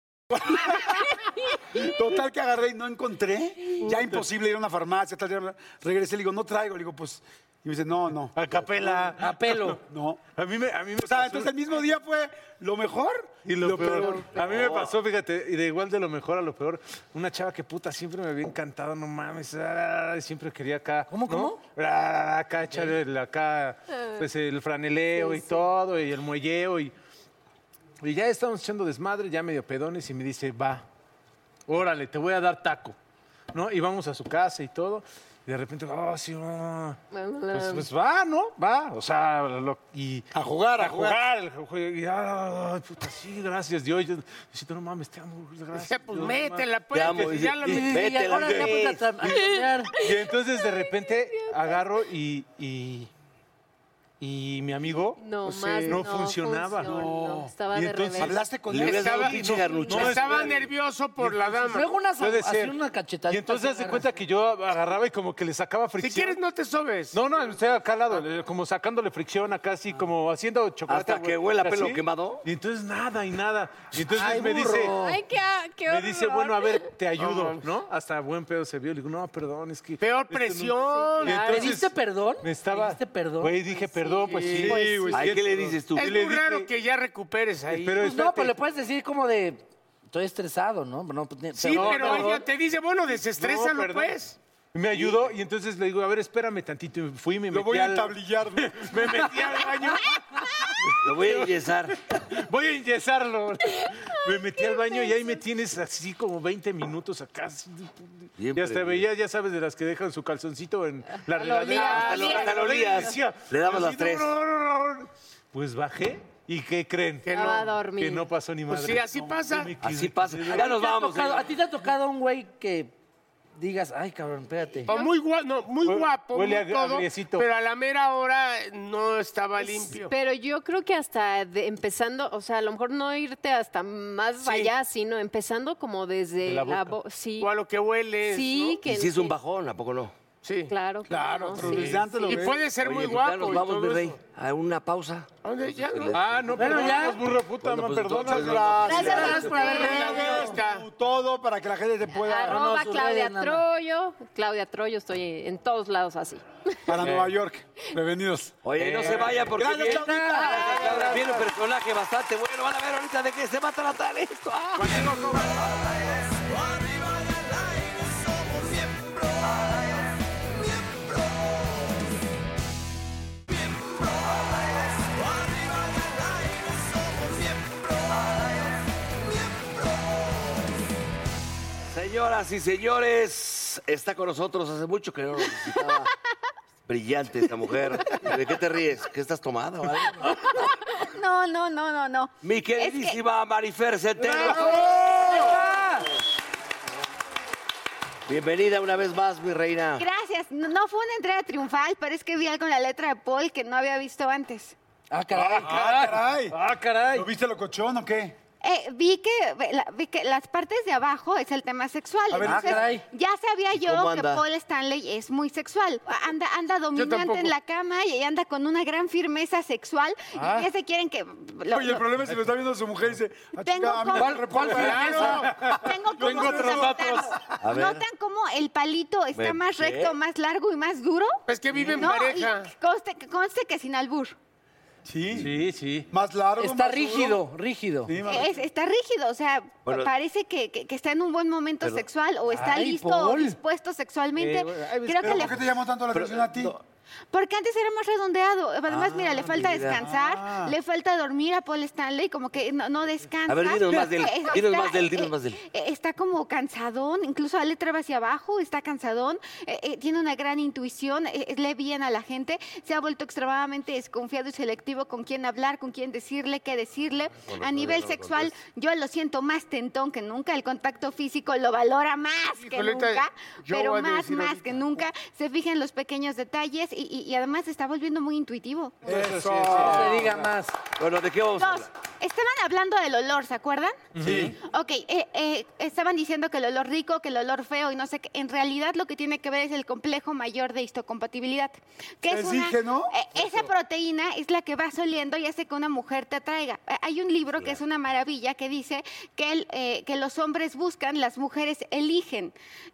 Speaker 2: Total que agarré y no encontré. Ya imposible ir a una farmacia. Tal, tal, tal. Regresé, le digo, no traigo. Le digo, pues. Y me dice, no, no.
Speaker 5: A capela.
Speaker 1: A pelo.
Speaker 2: <laughs> No.
Speaker 5: A mí me, a mí me
Speaker 2: O sea,
Speaker 5: pasó-
Speaker 2: entonces el mismo día fue lo mejor
Speaker 5: Y lo, peor. A mí me
Speaker 1: Oh.
Speaker 5: pasó, fíjate, y de igual de lo mejor a lo peor, una chava que puta siempre me había encantado, no mames, ah, siempre quería acá.
Speaker 1: ¿Cómo,
Speaker 5: ¿no?
Speaker 1: cómo?
Speaker 5: Ah, Acá, echarle el- acá, pues el franeleo y todo, y el muelleo, y, y ya estábamos echando desmadre, ya medio pedones, y me dice, va, órale, te voy a dar taco, ¿no? Y vamos a su casa y todo, y de repente, oh, sí, ah. Pues, pues va, ¿no? Va, o sea, lo- y...
Speaker 2: A jugar, a
Speaker 5: A
Speaker 2: jugar.
Speaker 5: jugar, el juego, y, ah, ay, puta, sí, gracias, Dios. Yo, yo, no mames, te amo, gracias.
Speaker 7: Dice, pues
Speaker 5: Dios, no
Speaker 7: métela,
Speaker 5: mames.
Speaker 7: pues.
Speaker 4: Te amo,
Speaker 7: que si ya la
Speaker 4: dice,
Speaker 7: metí.
Speaker 4: Vete,
Speaker 1: Y ahora
Speaker 4: la
Speaker 1: ya pues, a, a cambiar.
Speaker 5: Y entonces de repente agarro y, y, y mi amigo
Speaker 6: No,
Speaker 5: pues,
Speaker 6: más
Speaker 5: no,
Speaker 6: no
Speaker 5: funcionaba.
Speaker 6: funcionó, no, estaba
Speaker 5: y
Speaker 6: de
Speaker 5: entonces,
Speaker 6: revés.
Speaker 2: Hablaste con
Speaker 4: Le
Speaker 2: él.
Speaker 4: hubieras dado
Speaker 7: Estaba-
Speaker 4: un pinche
Speaker 7: no,
Speaker 4: garnucho.
Speaker 7: Estaba nervioso por la dama.
Speaker 1: Pues, Luego una,
Speaker 5: Puede
Speaker 1: así
Speaker 5: ser.
Speaker 1: una cachetadita.
Speaker 5: Y entonces
Speaker 1: así,
Speaker 5: hace cuenta que yo agarraba y como que le sacaba
Speaker 7: si
Speaker 5: fricción.
Speaker 7: quieres, no te sobes.
Speaker 5: No, no, estoy acá al lado, eh, como sacándole fricción acá, así como haciendo chocolate.
Speaker 4: Hasta que
Speaker 5: güey,
Speaker 4: huela
Speaker 5: así.
Speaker 4: pelo quemado.
Speaker 5: Y entonces nada y nada. Y entonces
Speaker 1: Ay,
Speaker 5: me dice,
Speaker 1: burro.
Speaker 6: Ay, qué, qué
Speaker 5: me dice,
Speaker 6: horror.
Speaker 5: bueno, a ver, te ayudo, ¿no? Hasta buen pedo se vio. Le digo, no, perdón, es que...
Speaker 7: Peor
Speaker 5: es que no-
Speaker 7: presión.
Speaker 5: Y
Speaker 1: ¿Me
Speaker 5: entonces-
Speaker 1: diste perdón?
Speaker 5: Me estaba...
Speaker 1: ¿Me diste perdón?
Speaker 5: Güey, dije, perdón, pues sí.
Speaker 6: Pues
Speaker 5: güey,
Speaker 4: Ay,
Speaker 5: sí,
Speaker 4: ¿qué le
Speaker 5: perdón.
Speaker 4: dices tú?
Speaker 7: Es
Speaker 5: le
Speaker 7: muy
Speaker 5: dije-
Speaker 7: raro que ya recuperes ahí.
Speaker 5: Pero
Speaker 1: Pues no,
Speaker 5: espérate.
Speaker 1: pues le puedes decir como de... Estoy estresado, ¿no? No, pues, ne-
Speaker 7: sí,
Speaker 1: perdón,
Speaker 7: pero
Speaker 1: perdón.
Speaker 7: ella te dice, bueno,
Speaker 5: No,
Speaker 7: desestrésalo,
Speaker 5: perdón.
Speaker 7: pues.
Speaker 5: Me ayudó y entonces le digo, a ver, espérame tantito. Y fui y me
Speaker 2: Lo
Speaker 5: metí
Speaker 2: voy a
Speaker 5: al- <laughs>
Speaker 2: entablillar.
Speaker 5: Me metí al baño.
Speaker 4: Lo voy a enyesar.
Speaker 5: <laughs> Voy a enyesarlo. Me metí al baño y ahí me tienes así como 20 minutos acá. así de-
Speaker 4: Bien
Speaker 5: Ya te
Speaker 4: prendido.
Speaker 5: veías, ya sabes, de las que dejan su calzoncito en la
Speaker 6: olía,
Speaker 5: regadera.
Speaker 6: hasta lo- hasta
Speaker 4: lo olías.
Speaker 5: Decía,
Speaker 4: Le dabas
Speaker 5: así,
Speaker 4: las tres.
Speaker 5: "No, no, no, no". Pues bajé. ¿Y qué creen?
Speaker 7: Que
Speaker 6: Estaba
Speaker 7: no.
Speaker 6: dormido.
Speaker 5: Que no pasó ni
Speaker 7: Pues
Speaker 5: madre.
Speaker 7: sí, así pasa.
Speaker 5: me quedé-
Speaker 4: Así pasa.
Speaker 5: me quedé-
Speaker 4: Ya nos
Speaker 1: ¿Te ha
Speaker 4: vamos.
Speaker 1: tocado-
Speaker 4: señor.
Speaker 1: ¿A ti te ha tocado un güey que digas, ay, cabrón, espérate?
Speaker 7: O muy guapo, no, muy
Speaker 5: Hue-
Speaker 7: guapo,
Speaker 5: huele
Speaker 7: muy
Speaker 5: a- a
Speaker 7: todo,
Speaker 5: griecito.
Speaker 7: pero a la mera hora eh, no estaba
Speaker 1: Este,
Speaker 7: limpio.
Speaker 6: Pero yo creo que hasta de- empezando, o sea, a lo mejor no irte hasta más allá, sino empezando como desde
Speaker 5: De la
Speaker 6: la,
Speaker 5: boca.
Speaker 6: bo- sí.
Speaker 7: O a lo que huele.
Speaker 6: sí,
Speaker 4: Y
Speaker 6: que
Speaker 4: si es un
Speaker 6: que-
Speaker 4: bajón, ¿a poco no?
Speaker 7: Sí.
Speaker 6: Claro,
Speaker 2: Claro,
Speaker 6: no,
Speaker 2: pero
Speaker 6: sí.
Speaker 2: desde antes lo
Speaker 7: Y
Speaker 2: ves.
Speaker 7: puede ser
Speaker 4: Oye,
Speaker 7: muy
Speaker 4: pues ya
Speaker 7: guapo.
Speaker 4: nos
Speaker 7: y
Speaker 4: vamos,
Speaker 7: todo
Speaker 4: mi rey,
Speaker 7: eso.
Speaker 4: a una pausa.
Speaker 7: ¿A dónde? Ya no.
Speaker 5: Ah, no,
Speaker 1: Bueno,
Speaker 5: perdón,
Speaker 1: ya.
Speaker 5: burro puta,
Speaker 4: Bueno,
Speaker 5: man,
Speaker 4: pues,
Speaker 5: perdona.
Speaker 4: entonces,
Speaker 2: Gracias.
Speaker 1: Gracias por haber venido.
Speaker 7: Ahí está.
Speaker 2: Tu Todo para que la gente te pueda.
Speaker 1: no,
Speaker 6: Arroba
Speaker 1: sus
Speaker 6: Claudia
Speaker 1: redes, nada.
Speaker 6: Troyo. Claudia Troyo, estoy en todos lados así.
Speaker 2: Para Nueva York. Bienvenidos. Eh,
Speaker 4: Oye, no se vaya porque
Speaker 2: Gracias,
Speaker 4: viene, Ah,
Speaker 2: Claudita.
Speaker 4: viene un personaje bastante bueno. Van a ver ahorita de qué se va a tratar esto. ¡Ah! Señoras y señores, está con nosotros hace mucho que no nos <laughs> visitaba. Brillante esta mujer. ¿De qué te ríes? ¿Qué estás tomada? o algo?
Speaker 8: <laughs>
Speaker 6: No, no, no, no, no.
Speaker 4: Mi queridísima Marifer Centeno.
Speaker 1: ¡Oh!
Speaker 4: Bienvenida una vez más, mi reina.
Speaker 8: Gracias. No, no fue una entrega triunfal, pero es que vi algo en la letra de Paul que no había visto antes.
Speaker 1: Ah, caray.
Speaker 2: Ah, caray.
Speaker 5: Ah, caray.
Speaker 2: ¿Lo viste locochón o qué?
Speaker 8: eh, vi, que, la- vi que las partes de abajo es el tema sexual.
Speaker 1: A ver,
Speaker 8: Entonces,
Speaker 1: ah, caray.
Speaker 8: ya sabía
Speaker 4: cómo
Speaker 8: yo que
Speaker 4: anda?
Speaker 8: Paul Stanley es muy sexual. Anda, anda dominante en la cama y anda con una gran firmeza sexual.
Speaker 1: Ah.
Speaker 8: Y ya se quieren que... lo-
Speaker 2: Oye, el
Speaker 8: lo-
Speaker 2: problema es que lo está viendo su mujer y dice, ah,
Speaker 8: Tengo
Speaker 2: chica, a mí
Speaker 8: como-
Speaker 2: no me
Speaker 1: ¿Cuál
Speaker 2: reporta".
Speaker 1: firmeza?
Speaker 8: Tengo como
Speaker 2: Tengo otros
Speaker 4: A ver.
Speaker 8: ¿Notan cómo el palito está
Speaker 4: ¿Me
Speaker 8: más
Speaker 4: qué?
Speaker 8: recto, más largo y más duro?
Speaker 7: Es que vive en
Speaker 8: No, y
Speaker 7: pareja.
Speaker 8: conste, conste que sin albur.
Speaker 2: Sí,
Speaker 5: Sí, sí.
Speaker 2: Más largo.
Speaker 1: Está
Speaker 2: más duro.
Speaker 1: rígido, rígido.
Speaker 2: Sí, más-
Speaker 8: Es- está rígido, o sea,
Speaker 4: Bueno.
Speaker 8: parece que, que- que está en un buen momento sexual o está
Speaker 1: Ay,
Speaker 8: listo o
Speaker 1: Paul.
Speaker 8: dispuesto sexualmente.
Speaker 5: Eh, bueno, ay,
Speaker 8: Creo que
Speaker 2: pues, ¿Pero
Speaker 8: le-
Speaker 2: por qué te llamó tanto la atención a ti?
Speaker 8: porque antes era más redondeado. Además, mira,
Speaker 4: Ah,
Speaker 8: le falta descansar, le falta dormir a Paul Stanley, como que no, no descansa.
Speaker 4: A ver, dinos más de él,
Speaker 8: Eh,
Speaker 4: dinos
Speaker 8: está-
Speaker 4: más de él, dinos
Speaker 8: eh,
Speaker 4: más de él.
Speaker 8: eh, Está como cansadón, incluso la letra va hacia abajo, está cansadón, eh, eh, tiene una gran intuición, eh, eh, lee bien a la gente, se ha vuelto extremadamente desconfiado y selectivo con quién hablar, con quién decirle, qué decirle. a nivel sexual, yo lo siento más tentón que nunca, el contacto físico lo valora más que
Speaker 7: Híjole, ahorita
Speaker 8: nunca,
Speaker 7: yo
Speaker 8: pero
Speaker 7: voy a
Speaker 8: más,
Speaker 7: decir
Speaker 8: más
Speaker 7: ahorita.
Speaker 8: que nunca, se fija en los pequeños detalles y, y- y además se está volviendo muy intuitivo.
Speaker 7: Eh,
Speaker 1: No se diga más.
Speaker 4: Bueno, ¿de qué vamos a
Speaker 8: Dos,
Speaker 4: hablar?
Speaker 8: estaban hablando del olor, ¿se acuerdan? Sí. Ok, eh, eh, estaban diciendo que el olor rico, que el olor feo y no sé qué. En realidad lo que tiene que ver es el complejo mayor de histocompatibilidad. Que es
Speaker 2: Les
Speaker 8: una-
Speaker 2: dije, ¿no?
Speaker 8: eh, esa proteína es la que va oliendo y hace que una mujer te atraiga. Eh, Hay un libro que es una maravilla que dice que, el, eh, que los hombres buscan, las mujeres eligen.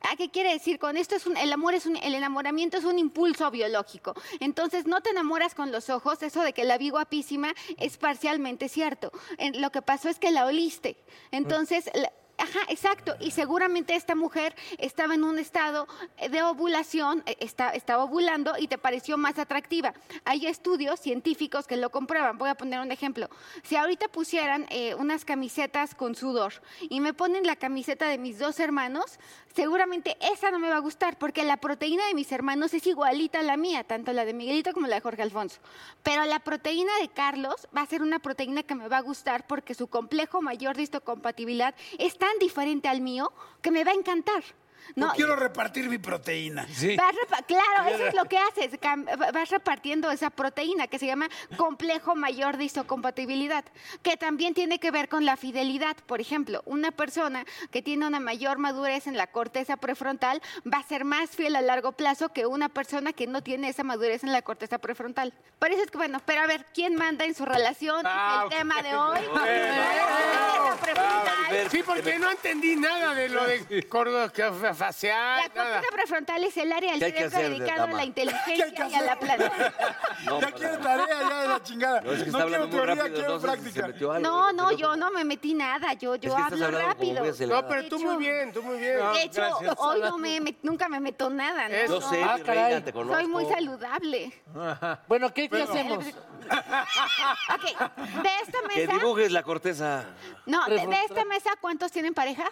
Speaker 8: ¿A ¿Qué quiere decir con esto? Es un, el amor es un, el enamoramiento es un impulso biológico. Entonces no te enamoras con los ojos. Eso de que la vi guapísima es parcialmente cierto. En- lo que pasó es que la oliste. Entonces la- Ajá, exacto. Y seguramente esta mujer estaba en un estado de ovulación, eh, está- estaba ovulando y te pareció más atractiva. Hay estudios científicos que lo comprueban. Voy a poner un ejemplo. Si ahorita pusieran eh, unas camisetas con sudor y me ponen la camiseta de mis dos hermanos, seguramente esa no me va a gustar porque la proteína de mis hermanos es igualita a la mía, tanto la de Miguelito como la de Jorge Alfonso. Pero la proteína de Carlos va a ser una proteína que me va a gustar porque su complejo mayor de histocompatibilidad es tan diferente al mío que me va a encantar.
Speaker 2: No,
Speaker 8: No,
Speaker 2: quiero repartir mi proteína.
Speaker 5: Sí.
Speaker 8: Vas repa- claro, eso es lo que
Speaker 7: <laughs>
Speaker 8: haces. cam- va- Vas repartiendo esa proteína que se llama complejo mayor de histocompatibilidad, que también tiene que ver con la fidelidad. Por ejemplo, una persona que tiene una mayor madurez en la corteza prefrontal va a ser más fiel a largo plazo que una persona que no tiene esa madurez en la corteza prefrontal. Por eso es que, bueno, pero a ver, ¿quién manda en su relación?
Speaker 7: Ah,
Speaker 8: es el
Speaker 7: ok.
Speaker 8: tema de
Speaker 7: <laughs>
Speaker 8: hoy. La corteza
Speaker 3: Ah,
Speaker 8: prefrontal.
Speaker 7: Sí, porque no entendí nada de lo de córdoba facial.
Speaker 8: La corteza prefrontal es el área del
Speaker 4: ¿Qué hay que
Speaker 8: cerebro
Speaker 4: hacer,
Speaker 8: dedicado a
Speaker 4: dama?
Speaker 8: la inteligencia y a la planeación.
Speaker 4: No, pues.
Speaker 3: <laughs>
Speaker 2: ya
Speaker 4: para-
Speaker 2: quiere tarea, ya de la chingada.
Speaker 4: No, es que
Speaker 2: no
Speaker 4: está
Speaker 2: quiero
Speaker 4: hablando muy
Speaker 2: teoría,
Speaker 4: rápido. No
Speaker 2: quiero
Speaker 4: sé si se
Speaker 2: práctica.
Speaker 4: metió algo.
Speaker 8: No, no,
Speaker 4: pero-
Speaker 8: yo no me metí nada, yo,
Speaker 4: Es que
Speaker 8: yo
Speaker 4: estás
Speaker 8: hablo
Speaker 4: hablando como muy
Speaker 8: rápido.
Speaker 4: acelerado.
Speaker 7: No, pero tú muy bien, tú muy bien.
Speaker 8: De hecho,
Speaker 5: gracias.
Speaker 8: hoy no me, me- nunca me meto nada, ¿no?
Speaker 4: Yo sé,
Speaker 1: Ah,
Speaker 4: mi
Speaker 1: caray.
Speaker 4: reina, te conozco.
Speaker 8: Soy muy saludable.
Speaker 1: Bueno, ¿qué, qué hacemos?
Speaker 8: <laughs> Ok, de esta
Speaker 4: Que
Speaker 8: mesa,
Speaker 4: dibujes la corteza.
Speaker 8: no, de, de esta mesa, ¿cuántos tienen pareja?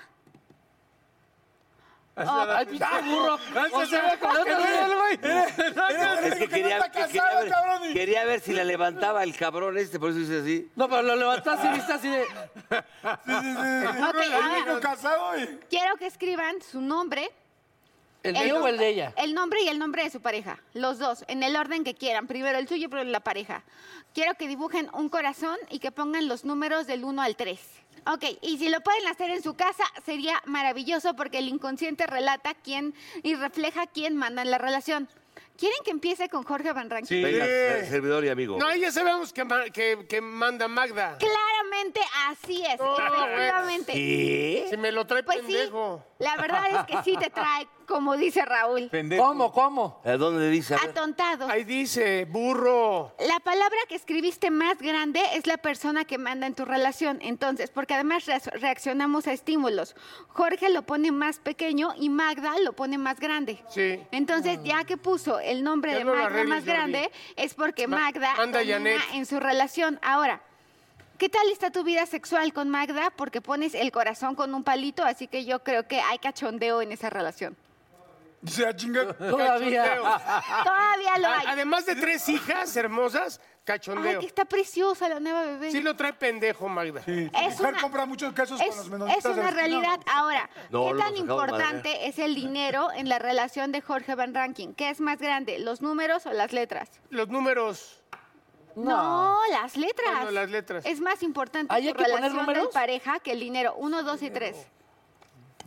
Speaker 1: Ay, pinche burro. O sea, no te
Speaker 4: Es que quería,
Speaker 2: está
Speaker 4: es que quería
Speaker 2: casado,
Speaker 4: ver,
Speaker 2: cabrón, y-
Speaker 4: quería ver si la levantaba el cabrón este, por eso hice así.
Speaker 1: No, pero lo levantaste y viste así
Speaker 7: <laughs>
Speaker 1: de. ah.
Speaker 2: Sí, sí, sí, sí.
Speaker 8: Ok,
Speaker 2: El
Speaker 8: a ver.
Speaker 2: único casado y...
Speaker 8: Quiero que escriban su nombre,
Speaker 1: ¿El mío o el de ella?
Speaker 8: el nombre y el nombre de su pareja, los dos, en el orden que quieran, primero el suyo, primero la pareja. Quiero que dibujen un corazón y que pongan los números del 1 al 3. Ok, y si lo pueden hacer en su casa sería maravilloso porque el inconsciente relata quién y refleja quién manda en la relación. ¿Quieren que empiece con Jorge Van Rankin?
Speaker 5: Sí.
Speaker 4: Venga, eh, servidor y amigo.
Speaker 7: No, ahí ya sabemos que, ma- que- que manda Magda.
Speaker 8: Claramente así
Speaker 2: Ah,
Speaker 8: es,
Speaker 7: No,
Speaker 8: efectivamente.
Speaker 4: ¿Qué?
Speaker 7: Si me lo trae
Speaker 8: Pues sí,
Speaker 7: pendejo.
Speaker 8: la verdad es que sí
Speaker 7: <laughs>
Speaker 8: te trae, como dice Raúl,
Speaker 5: Pendejo.
Speaker 1: ¿Cómo, cómo?
Speaker 4: ¿A dónde dice? A ver.
Speaker 8: atontado.
Speaker 7: Ahí dice, burro.
Speaker 8: La palabra que escribiste más grande es la persona que manda en tu relación, entonces, porque además reas- reaccionamos a estímulos. Jorge lo pone más pequeño y Magda lo pone más grande.
Speaker 7: Sí. Mm.
Speaker 8: Entonces, ya que puso el nombre
Speaker 7: Ya
Speaker 8: de
Speaker 7: no lo
Speaker 8: Magda
Speaker 7: arregles,
Speaker 8: más
Speaker 7: Jordi.
Speaker 8: grande, es porque
Speaker 7: Ma-
Speaker 8: Magda
Speaker 7: manda
Speaker 8: domina
Speaker 7: Janet.
Speaker 8: en su relación. Ahora, ¿qué tal está tu vida sexual con Magda? Porque pones el corazón con un palito, así que yo creo que hay cachondeo en esa relación.
Speaker 2: Se ha chingado.
Speaker 1: Todavía.
Speaker 8: <laughs> Todavía lo
Speaker 7: A-
Speaker 8: hay.
Speaker 7: Además de tres hijas hermosas,
Speaker 8: Ay,
Speaker 7: cachondeo.
Speaker 8: que está preciosa la nueva bebé.
Speaker 7: Sí lo trae pendejo, Magda.
Speaker 8: Es
Speaker 2: mujer
Speaker 8: una-
Speaker 2: compra muchos quesos
Speaker 8: Es,
Speaker 2: con los
Speaker 8: es
Speaker 2: menonitas.
Speaker 8: una
Speaker 2: de la esquina.
Speaker 8: realidad. Ahora,
Speaker 4: No,
Speaker 8: ¿qué
Speaker 4: lo hemos
Speaker 8: tan
Speaker 4: acabado de
Speaker 8: importante es el dinero en la relación de Jorge Van Ranking? ¿Qué es más grande, los números o las letras?
Speaker 7: Los números.
Speaker 8: No, las letras.
Speaker 7: Bueno, las letras.
Speaker 8: Es más importante
Speaker 1: ¿Ahí hay
Speaker 8: tu
Speaker 1: que poner
Speaker 8: relación de
Speaker 1: números?
Speaker 8: pareja que el dinero. Uno, dos y tres.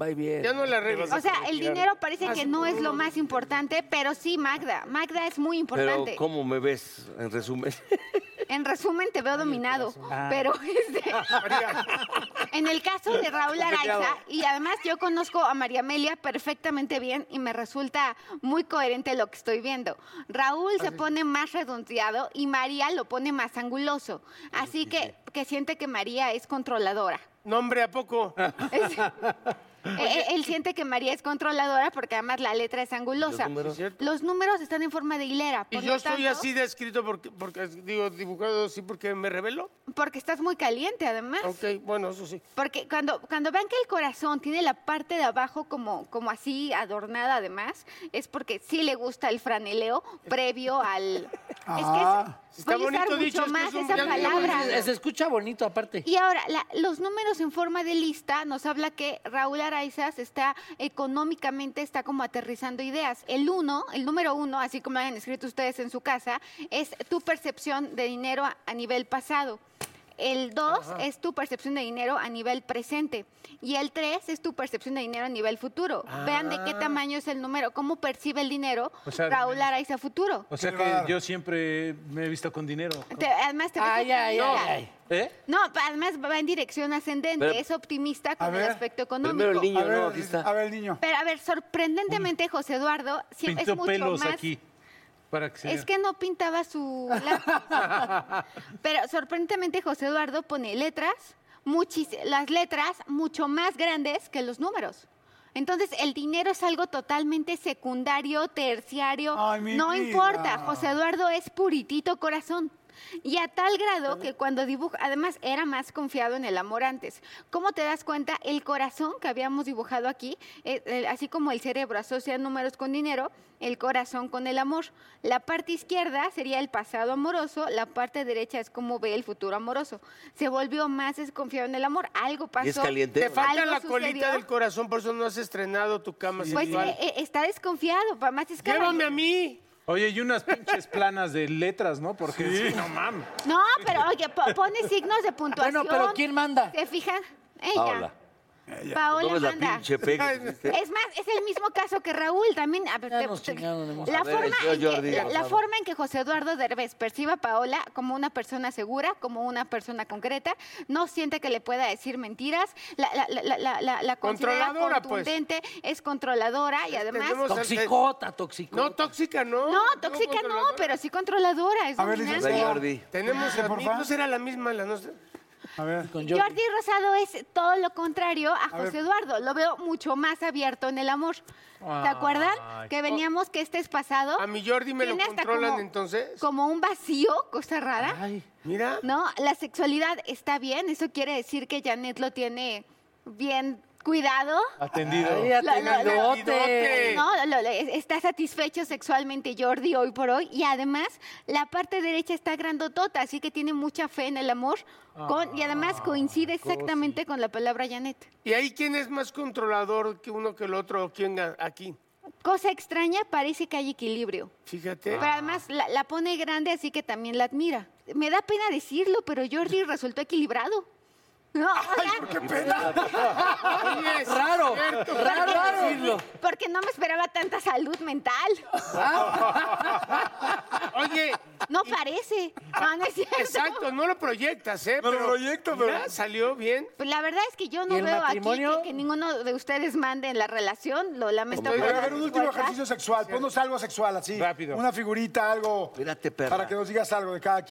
Speaker 4: Va bien.
Speaker 7: Ya no la arreglas.
Speaker 8: O sea, el dinero parece que no es lo más importante, pero sí, Magda. Magda es muy
Speaker 4: Pero,
Speaker 8: importante.
Speaker 4: ¿cómo me ves? En resumen. <laughs>
Speaker 8: En resumen, te veo dominado. Pero
Speaker 7: Ah.
Speaker 8: este,
Speaker 7: <laughs>
Speaker 8: en el caso de Raúl Araiza, y además yo conozco a María Amelia perfectamente bien y me resulta muy coherente lo que estoy viendo. Raúl se pone más redondeado y María lo pone más anguloso. Así que, que siente que María es controladora.
Speaker 7: No, hombre, ¿a poco?
Speaker 8: <laughs> Es- Eh, él siente que María es controladora porque además la letra es angulosa.
Speaker 7: números? ¿Cierto?
Speaker 8: Los números están en forma de hilera.
Speaker 7: Y
Speaker 8: por
Speaker 7: yo
Speaker 8: lo
Speaker 7: estoy
Speaker 8: tanto-
Speaker 7: así descrito porque, porque, digo, dibujado así porque me revelo.
Speaker 8: Porque estás muy caliente, además.
Speaker 7: Ok, bueno, eso sí.
Speaker 8: Porque cuando, cuando vean que el corazón tiene la parte de abajo como, como así adornada, además, es porque sí le gusta el franeleo previo al.
Speaker 2: Ah,
Speaker 8: es que es-
Speaker 7: está
Speaker 8: voy a usar
Speaker 7: bonito
Speaker 8: mucho
Speaker 7: dicho, es que
Speaker 8: más
Speaker 7: es un
Speaker 8: esa
Speaker 7: gran
Speaker 8: palabra.
Speaker 1: Se, se escucha bonito aparte.
Speaker 8: Y ahora, la- los números en forma de lista nos habla que Raúl Araiza se está económicamente, está como aterrizando ideas. El uno, el número uno, así como lo han escrito ustedes en su casa, es tu percepción de dinero a, a nivel pasado. El dos es tu percepción de dinero a nivel presente. Y el tres es tu percepción de dinero a nivel futuro. Vean de qué tamaño es el número, cómo percibe el dinero
Speaker 5: Ah. O sea,
Speaker 8: Raúl
Speaker 5: de-
Speaker 8: Araiza futuro.
Speaker 5: O sea
Speaker 2: le va a dar?
Speaker 5: que yo siempre me he visto con dinero.
Speaker 8: Te- además, te ves
Speaker 1: Ay, ay,
Speaker 8: optimista.
Speaker 1: ay, ay.
Speaker 5: ¿Eh?
Speaker 8: No, pa- además va en dirección ascendente,
Speaker 4: Pero-
Speaker 8: es optimista con el
Speaker 2: ver,
Speaker 8: aspecto
Speaker 4: Primero el
Speaker 8: económico.
Speaker 4: niño,
Speaker 2: a, ver,
Speaker 4: no, aquí está.
Speaker 2: a ver, el niño.
Speaker 8: Pero a ver, sorprendentemente José Eduardo sí, es
Speaker 5: Pintó
Speaker 8: mucho
Speaker 5: pelos
Speaker 8: más.
Speaker 5: aquí. Para que se vea.
Speaker 8: Es que no pintaba su
Speaker 4: <laughs>
Speaker 8: lápiz. Pero sorprendentemente José Eduardo pone letras, muchis- las letras mucho más grandes que los números. Entonces, el dinero es algo totalmente secundario, terciario.
Speaker 2: Ay, mi
Speaker 8: no
Speaker 2: vida.
Speaker 8: importa, José Eduardo es puritito corazón. Y a tal grado que cuando dibuja, además era más confiado en el amor antes. ¿Cómo te das cuenta? El corazón que habíamos dibujado aquí, eh, eh, así como el cerebro asocia números con dinero, el corazón con el amor. La parte izquierda sería el pasado amoroso, la parte derecha es como ve el futuro amoroso. Se volvió más desconfiado en el amor. Algo pasó.
Speaker 4: ¿Y es caliente?
Speaker 7: Te falta
Speaker 8: algo
Speaker 7: la colita
Speaker 8: sucedió.
Speaker 7: del corazón, por eso no has estrenado tu cama
Speaker 8: Pues
Speaker 7: sexual.
Speaker 8: eh, eh, está desconfiado, para más es
Speaker 7: Llévame a mí.
Speaker 5: Oye, y unas pinches planas de letras, ¿no? Porque sí, no mames.
Speaker 8: No, pero oye, po- pone signos de puntuación.
Speaker 1: Ah, Bueno, pero ¿quién manda?
Speaker 8: ¿Se fijan? Ella.
Speaker 4: Paola.
Speaker 8: Paola
Speaker 4: No ves la
Speaker 8: manda.
Speaker 4: pinche pega. que hiciste?
Speaker 8: Es más, es el mismo caso que Raúl también. A ver,
Speaker 1: Ya
Speaker 8: te-
Speaker 1: nos
Speaker 8: te-
Speaker 1: chingaron, hemos-
Speaker 8: la,
Speaker 4: A ver,
Speaker 8: forma
Speaker 4: yo,
Speaker 8: en que,
Speaker 4: Jordi,
Speaker 8: la-
Speaker 4: por
Speaker 8: la
Speaker 4: favor.
Speaker 8: forma en que José Eduardo Derbez perciba a Paola como una persona segura, como una persona concreta, no siente que le pueda decir mentiras, la, la, la- la- la- la- la considera
Speaker 7: Controladora, pues.
Speaker 8: contundente, es controladora y además...
Speaker 7: Tenemos-
Speaker 1: Toxicota, toxicota.
Speaker 7: No, tóxica no.
Speaker 8: No, tóxica no,
Speaker 7: controladora.
Speaker 8: pero sí controladora, es
Speaker 2: A ver,
Speaker 8: dominante.
Speaker 4: La Jordi.
Speaker 7: Tenemos
Speaker 2: Dice,
Speaker 7: a
Speaker 2: por
Speaker 7: mí,
Speaker 2: favor.
Speaker 7: no será la misma la nuestra.
Speaker 2: A ver.
Speaker 1: Con Jordi.
Speaker 8: Jordi Rosado es todo lo contrario a
Speaker 2: ver.
Speaker 8: José Eduardo. Lo veo mucho más abierto en el amor. ¿Te acuerdan? Que veníamos que este es pasado.
Speaker 7: Oh. A mi Jordi me lo
Speaker 8: Tiene hasta
Speaker 7: controlan
Speaker 8: como-
Speaker 7: entonces.
Speaker 8: Como un vacío, cosa rara.
Speaker 1: Ay.
Speaker 7: Mira.
Speaker 8: No, la sexualidad está bien. Eso quiere decir que Janet lo tiene bien cuidado.
Speaker 5: Atendido.
Speaker 1: Ay, ya
Speaker 8: La-
Speaker 1: tengo
Speaker 8: la-
Speaker 1: el
Speaker 8: la-
Speaker 1: dote.
Speaker 8: No, lo- lo- está satisfecho sexualmente Jordi hoy por hoy y además la parte derecha está grandotota, así que tiene mucha fe en el amor con- y
Speaker 1: Ah,
Speaker 8: además coincide exactamente con la palabra Janet.
Speaker 7: ¿Y ahí quién es más controlador que uno que el otro? o ¿Quién a- aquí?
Speaker 8: Cosa extraña, parece que hay equilibrio.
Speaker 7: Fíjate.
Speaker 8: Pero además la, la pone grande, así que también la admira. Me da pena decirlo, pero Jordi resultó equilibrado. No, o sea,
Speaker 7: Oye, es
Speaker 1: Raro,
Speaker 7: cierto.
Speaker 1: raro decirlo.
Speaker 8: porque no me esperaba tanta salud
Speaker 1: <laughs>
Speaker 8: mental.
Speaker 7: Oye,
Speaker 8: No parece. No, no es cierto.
Speaker 7: exacto, no lo proyectas, ¿eh?
Speaker 2: No lo proyecto, pero-
Speaker 7: Mira, salió bien.
Speaker 8: Pues la verdad es que yo no
Speaker 1: ¿Y el
Speaker 8: veo aquí
Speaker 1: matrimonio?
Speaker 8: que, que ninguno de ustedes mande en la relación. Lo lamento.
Speaker 2: A
Speaker 8: por
Speaker 2: ver,
Speaker 8: la
Speaker 2: a ver, un último
Speaker 8: desigualdad.
Speaker 2: ejercicio sexual. Ponos algo sexual, así.
Speaker 5: Rápido.
Speaker 2: Una figurita, algo.
Speaker 4: Espérate, perra.
Speaker 2: Para que nos digas algo de cada quien.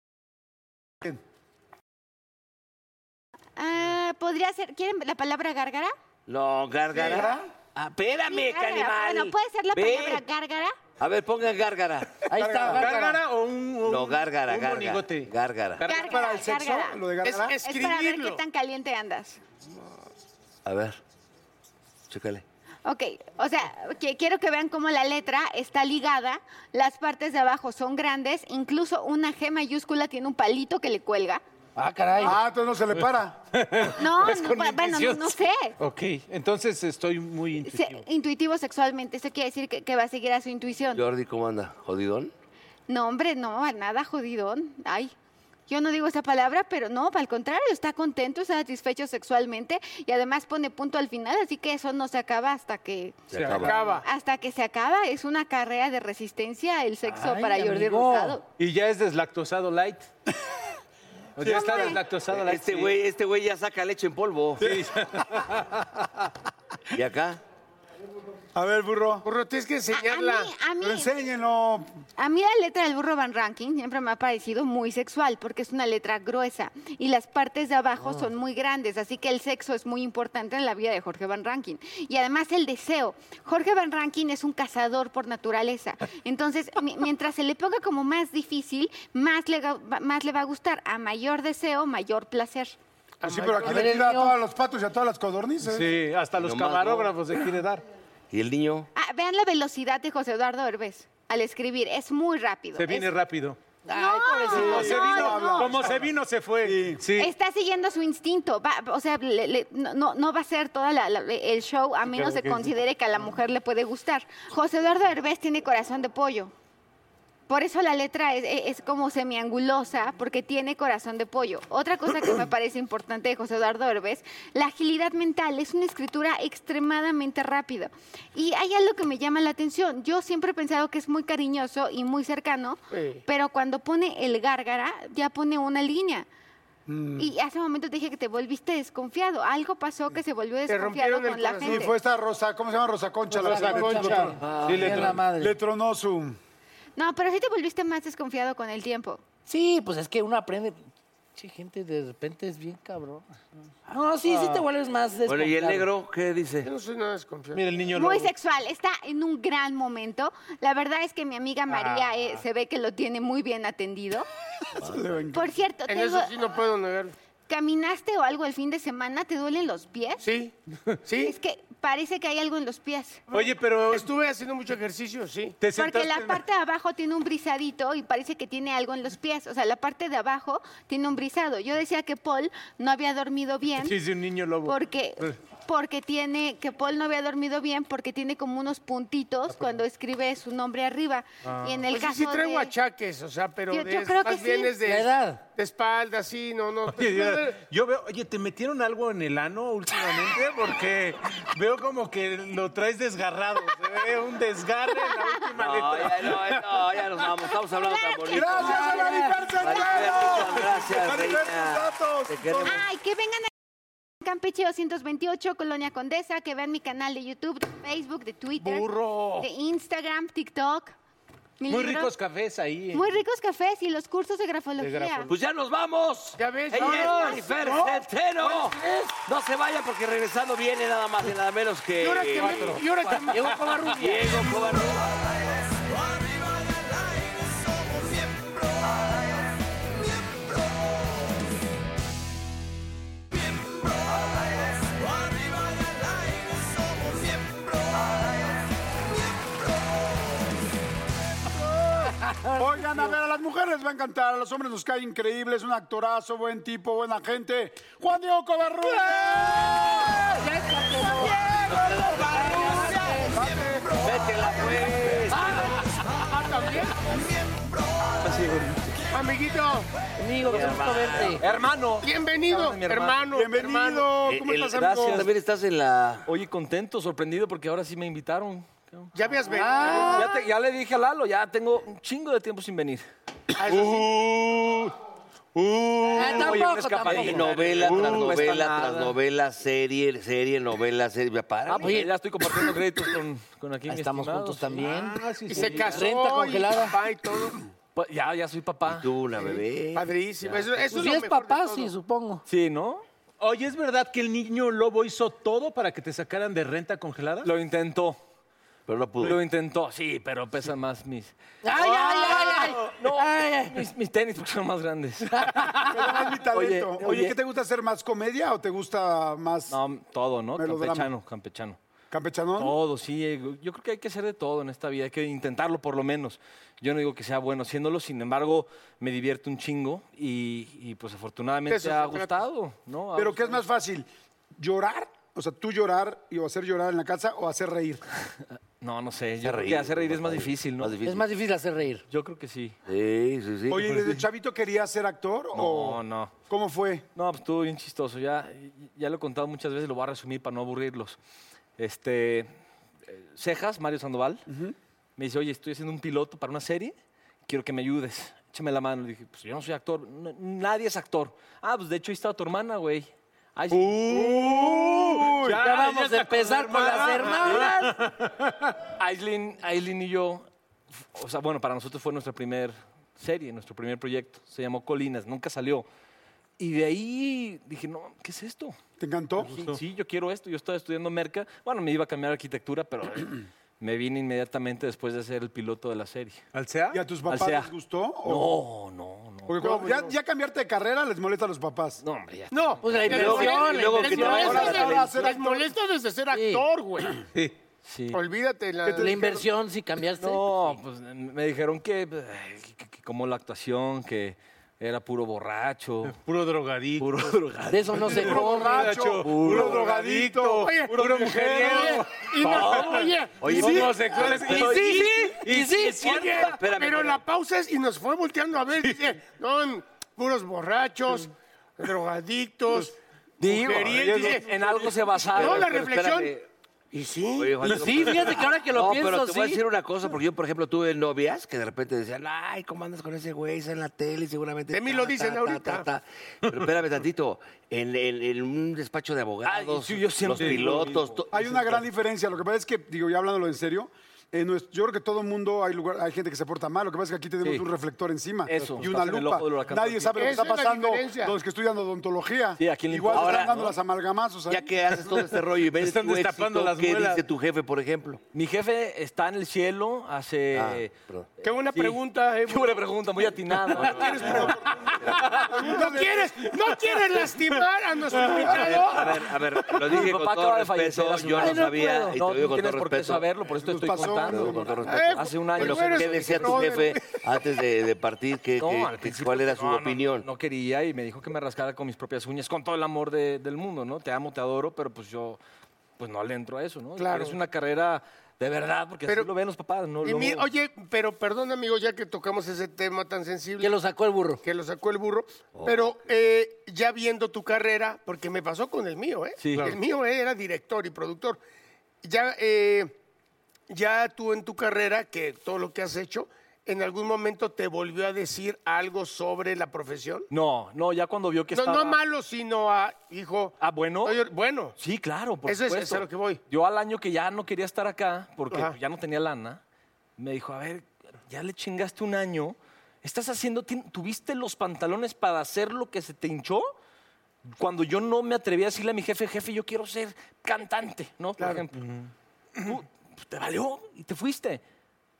Speaker 8: Ah, podría ser. ¿Quieren la palabra gárgara?
Speaker 4: No, gárgara. Ah, espérame,
Speaker 8: Gárgara.
Speaker 4: Canibal.
Speaker 8: Bueno, puede ser la
Speaker 4: Ve.
Speaker 8: palabra gárgara.
Speaker 4: A ver, pongan gárgara.
Speaker 1: Ahí está, gárgara.
Speaker 5: ¿Gárgara o un, un-
Speaker 4: No, gárgara,
Speaker 5: un
Speaker 4: gárgara.
Speaker 5: monigote?
Speaker 4: Gárgara.
Speaker 8: Gárgara.
Speaker 2: para el sexo?
Speaker 8: gárgara.
Speaker 2: ¿Lo de gárgara?
Speaker 7: Es-
Speaker 8: Es para ver qué
Speaker 7: Escribirlo.
Speaker 8: tan caliente andas.
Speaker 4: A ver. Chécale.
Speaker 8: Ok, o sea, que quiero que vean cómo la letra está ligada, las partes de abajo son grandes, incluso una G mayúscula tiene un palito que le cuelga.
Speaker 1: Ah, caray.
Speaker 2: Ah, entonces no se le para.
Speaker 8: No,
Speaker 5: Es
Speaker 8: no,
Speaker 5: con
Speaker 8: pa- bueno, no,
Speaker 5: indicios.
Speaker 8: no sé.
Speaker 5: Ok, entonces estoy muy
Speaker 8: Se-
Speaker 5: intuitivo.
Speaker 8: intuitivo sexualmente, eso quiere decir que, que va a seguir a su intuición.
Speaker 4: Jordi, ¿cómo anda? ¿Jodidón?
Speaker 8: No, hombre, no, a nada jodidón. Ay, yo no digo esa palabra, pero no, al contrario, está contento, está satisfecho sexualmente y además pone punto al final, así que eso no se acaba hasta que
Speaker 4: Se,
Speaker 5: Se
Speaker 4: acaba.
Speaker 7: Acaba.
Speaker 8: hasta que se acaba. Es una carrera de resistencia el sexo
Speaker 1: Ay,
Speaker 8: para Jordi
Speaker 1: amigo.
Speaker 8: Rosado.
Speaker 5: Y ya es deslactosado light. O ya está deslactosado light.
Speaker 4: Este
Speaker 5: sí.
Speaker 4: güey, este güey ya saca leche en polvo. <laughs> ¿Y acá?
Speaker 2: A ver, burro.
Speaker 7: Burro, tienes que
Speaker 8: A- a
Speaker 7: enseñarla.
Speaker 8: mí- a mí-
Speaker 2: Pero enséñenlo.
Speaker 8: A mí la letra del burro Van Ranking siempre me ha parecido muy sexual porque es una letra gruesa y las partes de abajo son muy grandes, así que el sexo es muy importante en la vida de Jorge Van Ranking. Y además el deseo. Jorge Van Ranking es un cazador por naturaleza. Entonces, mi- mientras se le ponga como más difícil, más le, ga- va- más le va a gustar. A mayor deseo, mayor placer.
Speaker 2: Pues sí, pero aquí
Speaker 1: A
Speaker 2: le
Speaker 1: ver, el
Speaker 2: tira a
Speaker 1: mío.
Speaker 2: todos los patos y a todas las codornices.
Speaker 5: Sí, hasta los
Speaker 4: Nomás no.
Speaker 5: camarógrafos se quiere dar.
Speaker 4: ¿Y el niño?
Speaker 8: Ah, vean la velocidad de José Eduardo Herbes al escribir. Es muy rápido.
Speaker 5: Se viene
Speaker 8: Es-
Speaker 5: rápido.
Speaker 1: Ay, pobrecito.
Speaker 5: Como se
Speaker 8: no,
Speaker 5: vino,
Speaker 8: no.
Speaker 5: como se vino, se fue. Sí.
Speaker 8: Está siguiendo su instinto. va- o sea, le- le- no, no- no va a ser todo el show a menos que considere que a la mujer le puede gustar. José Eduardo Herbés tiene corazón de pollo. Por eso la letra es, e, es- es como semiangulosa, porque tiene corazón de pollo. Otra cosa que me parece importante de José Eduardo Herbes, la agilidad mental. Es una escritura extremadamente rápida. Y hay algo que me llama la atención. Yo siempre he pensado que es muy cariñoso y muy cercano,
Speaker 7: Sí.
Speaker 8: pero cuando pone el gárgara, ya pone una línea.
Speaker 7: Mm.
Speaker 8: Y hace un momento te dije que te volviste desconfiado. Algo pasó que se volvió
Speaker 7: Te
Speaker 8: desconfiado
Speaker 7: rompieron el
Speaker 8: con la
Speaker 7: corazón.
Speaker 8: gente.
Speaker 2: Sí, fue esta Rosa, ¿cómo se llama? Rosa Concha. la
Speaker 7: Rosa
Speaker 2: que le-
Speaker 7: Concha.
Speaker 5: Sí, le
Speaker 1: Bien
Speaker 5: tronó.
Speaker 1: la madre.
Speaker 2: Le tronó su...
Speaker 8: No, pero sí te volviste más desconfiado con el tiempo.
Speaker 1: Sí, pues es que uno aprende. Che, gente, de repente es bien cabrón. No, sí, sí te
Speaker 7: Ah.
Speaker 1: vuelves más
Speaker 4: Bueno, ¿y el
Speaker 1: desconfiado.
Speaker 4: negro qué dice?
Speaker 7: Yo no soy nada desconfiado.
Speaker 5: Mira el niño
Speaker 8: Muy
Speaker 5: lobo.
Speaker 8: sexual, está en un gran momento. La verdad es que mi amiga María
Speaker 7: Ah.
Speaker 8: eh, se ve que lo tiene muy bien atendido. <laughs> Por cierto,
Speaker 7: en
Speaker 8: te
Speaker 7: eso
Speaker 8: digo,
Speaker 7: sí no puedo negarlo.
Speaker 8: ¿caminaste o algo el fin de semana? ¿Te duelen los pies?
Speaker 7: Sí, sí.
Speaker 8: Es que parece que hay algo en los pies.
Speaker 5: Oye, pero
Speaker 7: Estuve haciendo mucho ejercicio, sí.
Speaker 5: te
Speaker 8: Porque
Speaker 5: sentaste...
Speaker 8: la parte de abajo tiene un brisadito y parece que tiene algo en los pies. O sea, la parte de abajo tiene un brisado. Yo decía que Paul no había dormido bien.
Speaker 5: Sí, sí, un niño lobo.
Speaker 8: Porque, porque tiene, que Paul no había dormido bien porque tiene como unos
Speaker 5: Ah,
Speaker 8: puntitos cuando escribe su nombre arriba. Y en el
Speaker 7: Pues sí,
Speaker 8: caso
Speaker 7: sí traigo
Speaker 8: de-
Speaker 7: achaques, o sea, pero
Speaker 8: Yo-
Speaker 7: de-
Speaker 8: yo creo
Speaker 7: más
Speaker 8: que
Speaker 7: bien
Speaker 8: sí.
Speaker 7: es de,
Speaker 1: La edad.
Speaker 7: de espalda, así, no, no.
Speaker 5: Oye,
Speaker 7: pues,
Speaker 5: yo- yo veo, oye, ¿te metieron algo en el ano últimamente? Porque veo como que lo traes desgarrado. Se ve un desgarre en la última
Speaker 4: No,
Speaker 5: letra.
Speaker 4: ya, no, no, ya nos vamos. Estamos hablando tan bonito.
Speaker 2: ¡Gracias a Maripel Centeno!
Speaker 4: Maripel, gracias,
Speaker 2: Maripel,
Speaker 4: reina.
Speaker 2: tus datos.
Speaker 4: Te queremos.
Speaker 8: Ay, que vengan a Campeche 228, Colonia Condesa, que vean mi canal de YouTube, de Facebook, de Twitter,
Speaker 5: Burro.
Speaker 8: de Instagram, TikTok. mi
Speaker 5: Muy
Speaker 8: libro.
Speaker 5: ricos cafés ahí.
Speaker 8: Muy ricos cafés y los cursos de grafología.
Speaker 4: Pues ya nos vamos.
Speaker 7: Ya ves,
Speaker 4: Ella es
Speaker 7: vámonos.
Speaker 4: Marifer
Speaker 7: No.
Speaker 4: Centeno. No se vaya porque regresando viene nada más y nada menos que.
Speaker 7: Y ahora que me- y ahora que me-
Speaker 1: Llegó Covarrubias.
Speaker 4: Diego Covarrubias.
Speaker 3: Arriba y al aire somos miembros, miembros, miembros. Arriba y al aire somos miembros,
Speaker 2: Oigan, a ver, a las mujeres les va a encantar, a los hombres nos cae increíble, es un actorazo, buen tipo, buena gente. ¡Juan Diego Covarrubias!
Speaker 4: Vete la pues.
Speaker 1: Ah,
Speaker 3: miembros.
Speaker 7: Amiguito.
Speaker 1: Amigo, qué gusto verte.
Speaker 9: Hermano.
Speaker 7: Bienvenido,
Speaker 9: Mi
Speaker 7: hermano. Hermano. ¿Cómo
Speaker 9: Eh,
Speaker 7: estás,
Speaker 9: el-
Speaker 7: amigo?
Speaker 9: También estás en la... Oye, contento, sorprendido, porque ahora sí me invitaron.
Speaker 7: Ya habías venido.
Speaker 9: Ya, te- ya le dije a Lalo, ya tengo un chingo de tiempo sin venir.
Speaker 7: Ah,
Speaker 1: Ah, tampoco,
Speaker 9: Oye, una escapadilla.
Speaker 4: Y novela
Speaker 9: Uh,
Speaker 4: tras
Speaker 9: no cuesta
Speaker 4: novela
Speaker 9: nada.
Speaker 4: tras novela, serie, serie, novela, serie. Ya para.
Speaker 9: Ah, pues ya estoy compartiendo créditos con, con aquí. mi
Speaker 1: Estamos
Speaker 9: estimado.
Speaker 1: juntos también.
Speaker 7: Y se casó.
Speaker 1: Renta congelada.
Speaker 7: Y papá y todo.
Speaker 9: Pa- Pues, Ya, ya soy papá.
Speaker 4: Tú, una bebé.
Speaker 7: Padrísimo. Eso, eso
Speaker 1: Pues
Speaker 7: es
Speaker 1: sí
Speaker 7: lo
Speaker 1: es
Speaker 7: mejor de
Speaker 1: papá,
Speaker 7: todo.
Speaker 1: sí, supongo.
Speaker 9: Sí, ¿no?
Speaker 5: Oye, ¿es verdad que el niño lobo hizo todo para que te sacaran de renta congelada?
Speaker 9: Lo intentó.
Speaker 4: Pero no pudo.
Speaker 9: Lo intentó, sí, pero pesan más mis.
Speaker 1: ¡Ay, ay, ay, ay!
Speaker 9: No,
Speaker 1: Ay, ay.
Speaker 9: mis, mis tenis porque son más grandes.
Speaker 2: <laughs> Pero no es mi talento.
Speaker 9: Oye,
Speaker 2: Oye,
Speaker 9: oye.
Speaker 2: ¿qué te gusta hacer más comedia o te gusta más
Speaker 9: No, todo, ¿no?
Speaker 2: Melodrama.
Speaker 9: Campechano, campechano.
Speaker 2: campechanón?
Speaker 9: Todo, sí. eh, Yo creo que hay que hacer de todo en esta vida, hay que intentarlo por lo menos. Yo no digo que sea bueno haciéndolo, sin embargo, me divierte un chingo y, y, pues
Speaker 7: De
Speaker 9: afortunadamente
Speaker 7: eso
Speaker 9: ha
Speaker 7: se trata.
Speaker 9: gustado, ¿no? Ha
Speaker 2: Pero ¿qué es
Speaker 9: gustado.
Speaker 2: más fácil? ¿Llorar? O sea, tú llorar y o hacer llorar en la casa o hacer reír.
Speaker 9: No, no sé. Yo
Speaker 4: Hacer
Speaker 9: creo
Speaker 4: reír,
Speaker 9: que hacer reír
Speaker 4: ¿no?
Speaker 9: es más difícil, ¿no?
Speaker 4: Más difícil.
Speaker 1: Es más difícil hacer reír.
Speaker 9: Yo creo que sí.
Speaker 4: Sí, sí, sí.
Speaker 2: Oye, ¿y desde chavito querías ser actor
Speaker 9: No,
Speaker 2: o
Speaker 9: no.
Speaker 2: cómo fue?
Speaker 9: No, pues estuvo bien chistoso. Ya, ya lo he contado muchas veces, lo voy a resumir para no aburrirlos. Este, eh, Cejas, Mario Sandoval, me dice, oye, estoy haciendo un piloto para una serie, quiero que me ayudes. Échame la mano. Le dije, pues yo no soy actor, n- nadie es actor. Ah, pues de hecho ahí estaba tu hermana, güey. Ay, sí.
Speaker 1: Ya, vamos a empezar con las hermanas.
Speaker 9: <laughs> Aislin, Aislin y yo, f- o sea, bueno, para nosotros fue nuestra primer serie, nuestro primer proyecto. Se llamó Colinas, nunca salió. Y de ahí dije, no, ¿qué es esto?
Speaker 2: ¿Te encantó?
Speaker 9: Sí, sí, yo quiero esto. Yo estaba estudiando merca. Bueno, me iba a cambiar a arquitectura, pero
Speaker 2: <clears throat>
Speaker 9: eh, me vine inmediatamente después de hacer el piloto de la serie.
Speaker 5: ¿Al sea?
Speaker 2: ¿Y a tus
Speaker 9: Al
Speaker 2: papás
Speaker 9: sea.
Speaker 2: les gustó? o-
Speaker 9: No, no, no.
Speaker 2: Porque cuando ya, ya cambiarte de carrera les molesta a los papás.
Speaker 9: No, hombre, ya.
Speaker 7: No,
Speaker 1: Pues la
Speaker 7: les
Speaker 1: inversión,
Speaker 7: molesta-
Speaker 1: la inversión.
Speaker 7: les
Speaker 2: Ahora
Speaker 7: molesta
Speaker 2: te van a hacer
Speaker 7: desde- les
Speaker 2: actor.
Speaker 7: molesta desde ser actor, güey.
Speaker 5: Sí.
Speaker 9: Sí.
Speaker 7: Olvídate. La,
Speaker 1: La inversión, si cambiaste.
Speaker 9: No, pues eh, me dijeron que, ay, que- que como la actuación, que era puro borracho,
Speaker 5: <laughs> Puro drogadicto. <laughs>
Speaker 9: puro drogado.
Speaker 1: De eso no se
Speaker 2: Puro
Speaker 1: come.
Speaker 2: borracho, puro drogadito,
Speaker 7: Oye,
Speaker 5: puro mujeriego.
Speaker 7: y no, oye,
Speaker 4: Oye,
Speaker 7: sí,
Speaker 3: Pues,
Speaker 5: Homosexuales.
Speaker 7: y sí, sí,
Speaker 5: y sí, es cierto.
Speaker 7: Oye, pero la pausa es y nos fue volteando a ver. dice, no, puros borrachos, drogadictos,
Speaker 9: Digo,
Speaker 7: mujeriegos, dice,
Speaker 9: en algo se basaba.
Speaker 7: No, la
Speaker 4: Pero
Speaker 7: reflexión.
Speaker 4: espérame.
Speaker 7: Y sí.
Speaker 4: Oye, Juan,
Speaker 1: Y
Speaker 4: digo,
Speaker 1: sí, fíjate que ahora que lo
Speaker 4: no,
Speaker 1: pienso,
Speaker 4: pero te voy a
Speaker 1: sí.
Speaker 4: decir una cosa, porque yo, por ejemplo, tuve novias que de repente decían, ay, ¿cómo andas con ese güey? Está en la tele, seguramente.
Speaker 7: De mí lo dicen ahorita.
Speaker 4: Pero espérame tantito, en, en- en un despacho de abogados,
Speaker 9: sí, yo
Speaker 4: los
Speaker 9: siempre digo lo
Speaker 4: pilotos. to-
Speaker 2: Hay una gran diferencia. Lo que pasa es que, digo, ya hablándolo en serio, en nuestro- yo creo que todo el mundo, hay lugar, hay gente que se porta mal. Lo que pasa es que aquí tenemos
Speaker 9: Sí.
Speaker 2: un reflector encima
Speaker 9: Eso,
Speaker 2: y una
Speaker 9: estás en el
Speaker 2: lupa.
Speaker 9: ojo del huracán todo
Speaker 2: Nadie
Speaker 9: el
Speaker 2: sabe lo que
Speaker 7: tiempo.
Speaker 2: está
Speaker 7: Esa es la
Speaker 2: pasando
Speaker 7: diferencia.
Speaker 2: los que estudian odontología.
Speaker 9: Sí, ¿a quién le
Speaker 2: Igual te
Speaker 9: importa?
Speaker 2: están dando
Speaker 4: Ahora,
Speaker 2: las amalgamazos ahí.
Speaker 4: Ya que haces todo este rollo y ves
Speaker 5: Están
Speaker 4: tu
Speaker 5: destapando
Speaker 4: éxito,
Speaker 5: las
Speaker 4: ¿qué
Speaker 5: muelas.
Speaker 4: dice tu jefe, por ejemplo?
Speaker 9: Mi jefe está en el cielo hace...
Speaker 4: Ah, perdón.
Speaker 7: Qué buena
Speaker 9: Sí.
Speaker 7: pregunta, eh,
Speaker 9: Qué buena pregunta, muy
Speaker 7: <laughs>
Speaker 9: atinada.
Speaker 7: ¿No quieres, no quieres lastimar a nuestro
Speaker 4: A ver, a
Speaker 7: invitado?
Speaker 4: ver, a ver, lo
Speaker 9: Mi
Speaker 4: dije con
Speaker 9: papá
Speaker 4: todo
Speaker 9: acaba de fallecer.
Speaker 4: respeto,
Speaker 9: hace un
Speaker 4: yo no
Speaker 9: año.
Speaker 4: sabía, y te
Speaker 9: No, no
Speaker 4: lo digo con todo
Speaker 9: tienes por qué
Speaker 4: respeto.
Speaker 9: saberlo, por eso te
Speaker 2: Nos
Speaker 7: Pues
Speaker 9: estoy
Speaker 2: pasó,
Speaker 4: Te lo digo
Speaker 9: contando.
Speaker 4: con todo respeto.
Speaker 7: Eh,
Speaker 9: Hace un año.
Speaker 4: Bueno,
Speaker 7: Tú eres
Speaker 4: ¿qué
Speaker 7: un
Speaker 4: decía tu
Speaker 7: brother.
Speaker 4: jefe antes de, de partir? ¿Qué,
Speaker 9: No,
Speaker 4: qué-
Speaker 9: al principio,
Speaker 4: ¿Cuál era su
Speaker 9: no, no,
Speaker 4: opinión?
Speaker 9: No, quería y me dijo que me rascara con mis propias uñas, con todo el amor de- del mundo, ¿no? Te amo, te adoro, pero pues yo pues no le entro a eso, ¿no?
Speaker 7: Claro.
Speaker 9: Pero es una carrera de verdad, porque
Speaker 7: Pero-
Speaker 9: así lo ven los papás, ¿no?
Speaker 7: Y
Speaker 9: Luego-
Speaker 7: mi- oye, pero perdón, amigo, ya que tocamos ese tema tan sensible.
Speaker 1: Que lo sacó el burro.
Speaker 7: que lo sacó el burro, pero eh, ya viendo tu carrera, porque me pasó con el mío, ¿eh?
Speaker 9: Sí. Claro.
Speaker 7: El mío eh, era director y productor. Ya, eh, ya tú en tu carrera, que todo lo que has hecho, ¿en algún momento te volvió a decir algo sobre la profesión?
Speaker 9: No, no, ya cuando vio que
Speaker 7: No,
Speaker 9: estaba...
Speaker 7: no malo, sino a, hijo...
Speaker 9: Ah, bueno.
Speaker 7: oye, bueno,
Speaker 9: Sí, claro, por
Speaker 7: Eso es-
Speaker 9: supuesto.
Speaker 7: es a lo que voy.
Speaker 9: Yo al año que ya no quería estar acá, porque pues,
Speaker 7: Ajá.
Speaker 9: ya no tenía lana, me dijo, a ver, ya le chingaste un año, estás haciendo, tien- tuviste los pantalones para hacer lo que se te hinchó, cuando yo no me atreví a decirle a mi jefe, jefe, yo quiero ser cantante, ¿no? Por ejemplo. Tú, pues, te valió y te fuiste.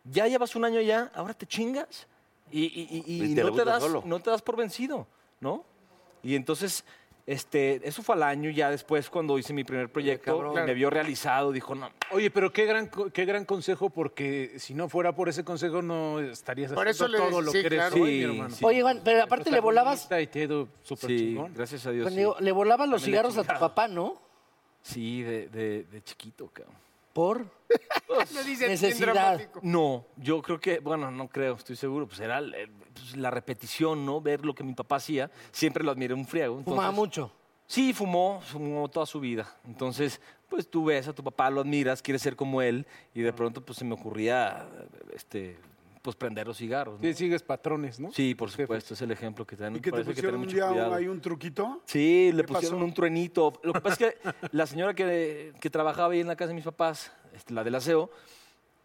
Speaker 9: Ya llevas un año ya, ahora te chingas y, y- y- y
Speaker 4: Y te la
Speaker 9: no, te
Speaker 4: buscas
Speaker 9: das,
Speaker 4: solo.
Speaker 9: no te das por vencido, ¿no? Y entonces, este, eso fue al año ya después cuando hice mi primer proyecto, me vio realizado, dijo, no,
Speaker 5: Oye, pero qué gran, co- qué gran consejo, porque si no fuera por ese consejo no estarías
Speaker 7: Por eso
Speaker 5: haciendo
Speaker 7: le-
Speaker 5: todo lo
Speaker 7: sí,
Speaker 5: que eres
Speaker 7: claro.
Speaker 5: hoy, mi
Speaker 9: Sí,
Speaker 5: hermano.
Speaker 9: sí.
Speaker 1: Oye, Juan, pero aparte le volabas,
Speaker 5: Protagonista Y te ha ido súper
Speaker 9: sí,
Speaker 5: chingón. Pues
Speaker 9: gracias a Dios.
Speaker 1: Juan
Speaker 9: Pues, sí.
Speaker 1: Diego, le volabas los
Speaker 9: También le
Speaker 1: cigarros a tu
Speaker 9: chingaba.
Speaker 1: papá, ¿no?
Speaker 9: Sí, de, de- de chiquito, cabrón.
Speaker 1: Por.
Speaker 7: no dice bien
Speaker 1: necesidad.
Speaker 7: dramático.
Speaker 9: No, yo creo que, bueno, no creo, estoy seguro, pues era el- el- pues, la repetición, ¿no? Ver lo que mi papá hacía. Siempre lo admiré un friego.
Speaker 1: Fumaba
Speaker 9: entonces-
Speaker 1: mucho.
Speaker 9: Sí, fumó, fumó toda su vida. Entonces, pues tú ves a tu papá, lo admiras, quieres ser como él, y de pronto pues se me ocurría este pues prender los cigarros. ¿no?
Speaker 5: Sí, sigues patrones, ¿no?
Speaker 9: Sí, por supuesto, es el ejemplo que tenemos.
Speaker 2: ¿Y que te pusieron un día un- ahí un truquito?
Speaker 9: Sí, le
Speaker 2: ¿Qué
Speaker 9: pusieron
Speaker 2: pasó?
Speaker 9: un truenito. Lo que pasa es que <laughs> la señora que, que trabajaba ahí en la casa de mis papás, este, la del aseo,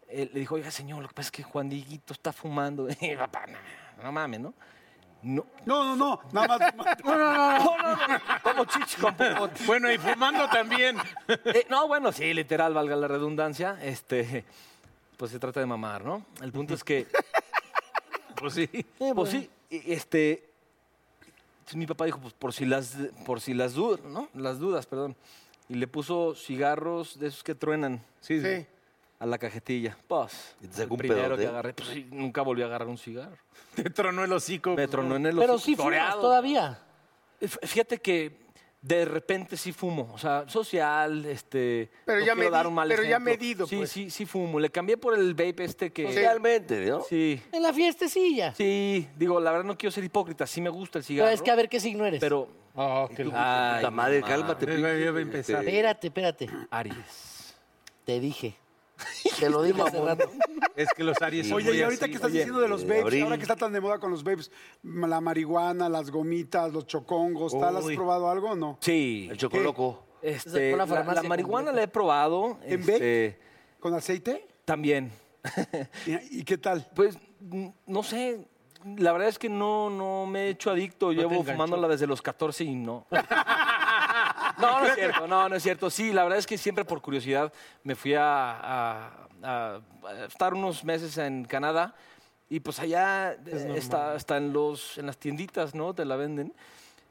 Speaker 9: eh, le dijo, oiga, señor, lo que pasa es que Juan Dieguito está fumando. <laughs> Y papá, no, no mames, ¿no? No,
Speaker 2: no, no, no, nada más.
Speaker 9: no, no, no, Como chichi, con popote.
Speaker 5: Bueno, y fumando también.
Speaker 9: Eh, no, bueno, sí, literal, valga la redundancia. Este, pues se trata de mamar, ¿no? El punto es que.
Speaker 5: pues sí.
Speaker 9: pues sí. y- Este. entonces mi papá dijo, pues por si las, por si las dudas, ¿no? Las dudas, perdón. Y le puso cigarros de esos que truenan.
Speaker 5: Sí,
Speaker 7: sí.
Speaker 9: A la cajetilla. Pues.
Speaker 4: Y te sacó
Speaker 9: el
Speaker 4: un
Speaker 9: primero
Speaker 4: pedote.
Speaker 9: que agarré. Pues sí, nunca volví a agarrar un cigarro.
Speaker 5: Te tronó el hocico.
Speaker 9: Me tronó en el
Speaker 1: Pero
Speaker 9: hocico,
Speaker 1: sí fumas
Speaker 9: toreado.
Speaker 1: todavía.
Speaker 9: F- Fíjate que de repente sí fumo, o sea, social, este,
Speaker 7: Pero ya
Speaker 9: quiero
Speaker 7: medi- pero ya medido,
Speaker 9: Sí,
Speaker 7: pues.
Speaker 9: sí, sí fumo. Le cambié por el vape este que
Speaker 4: Socialmente, ¿no?
Speaker 9: sí.
Speaker 1: En la fiestecilla.
Speaker 9: Sí, digo, la verdad no quiero ser hipócrita, sí me gusta el
Speaker 1: Pero
Speaker 9: cigarro.
Speaker 1: es Pues, que a ver qué signo eres.
Speaker 9: pero
Speaker 5: Oh, qué
Speaker 9: ay,
Speaker 4: Ah, Puta madre,
Speaker 9: mamá.
Speaker 4: cálmate.
Speaker 5: Ya
Speaker 4: pinche,
Speaker 5: va a empezar.
Speaker 4: este,
Speaker 1: Espérate, espérate.
Speaker 9: Aries.
Speaker 1: Te dije. Te lo dije hace rato.
Speaker 5: Es que los Aries son
Speaker 2: Oye,
Speaker 5: muy
Speaker 2: y ahorita
Speaker 5: así.
Speaker 2: que estás diciendo de los
Speaker 4: eh,
Speaker 2: babes,
Speaker 4: abril.
Speaker 2: ahora que está tan de moda con los babes, la marihuana, las gomitas, los chocongos, tal, ¿has
Speaker 5: Uy.
Speaker 2: probado algo o no?
Speaker 9: Sí.
Speaker 4: El chocoloco.
Speaker 9: Este, la,
Speaker 1: Una
Speaker 9: la
Speaker 1: farmacia
Speaker 9: marihuana
Speaker 1: completa.
Speaker 9: la he probado.
Speaker 2: ¿En
Speaker 9: este,
Speaker 2: ¿Con aceite?
Speaker 9: También.
Speaker 2: ¿Y, y qué tal?
Speaker 9: Pues, mm, no sé. La verdad es que no, no me he hecho adicto. Llevo
Speaker 5: enganchó.
Speaker 9: fumándola desde los 14 y no.
Speaker 2: <laughs>
Speaker 9: No, no es cierto, no, no es cierto. Sí, la verdad es que siempre por curiosidad me fui a, a- a- a estar unos meses en Canadá y pues allá eh, está, está en, los, en las tienditas, ¿no? Te la venden.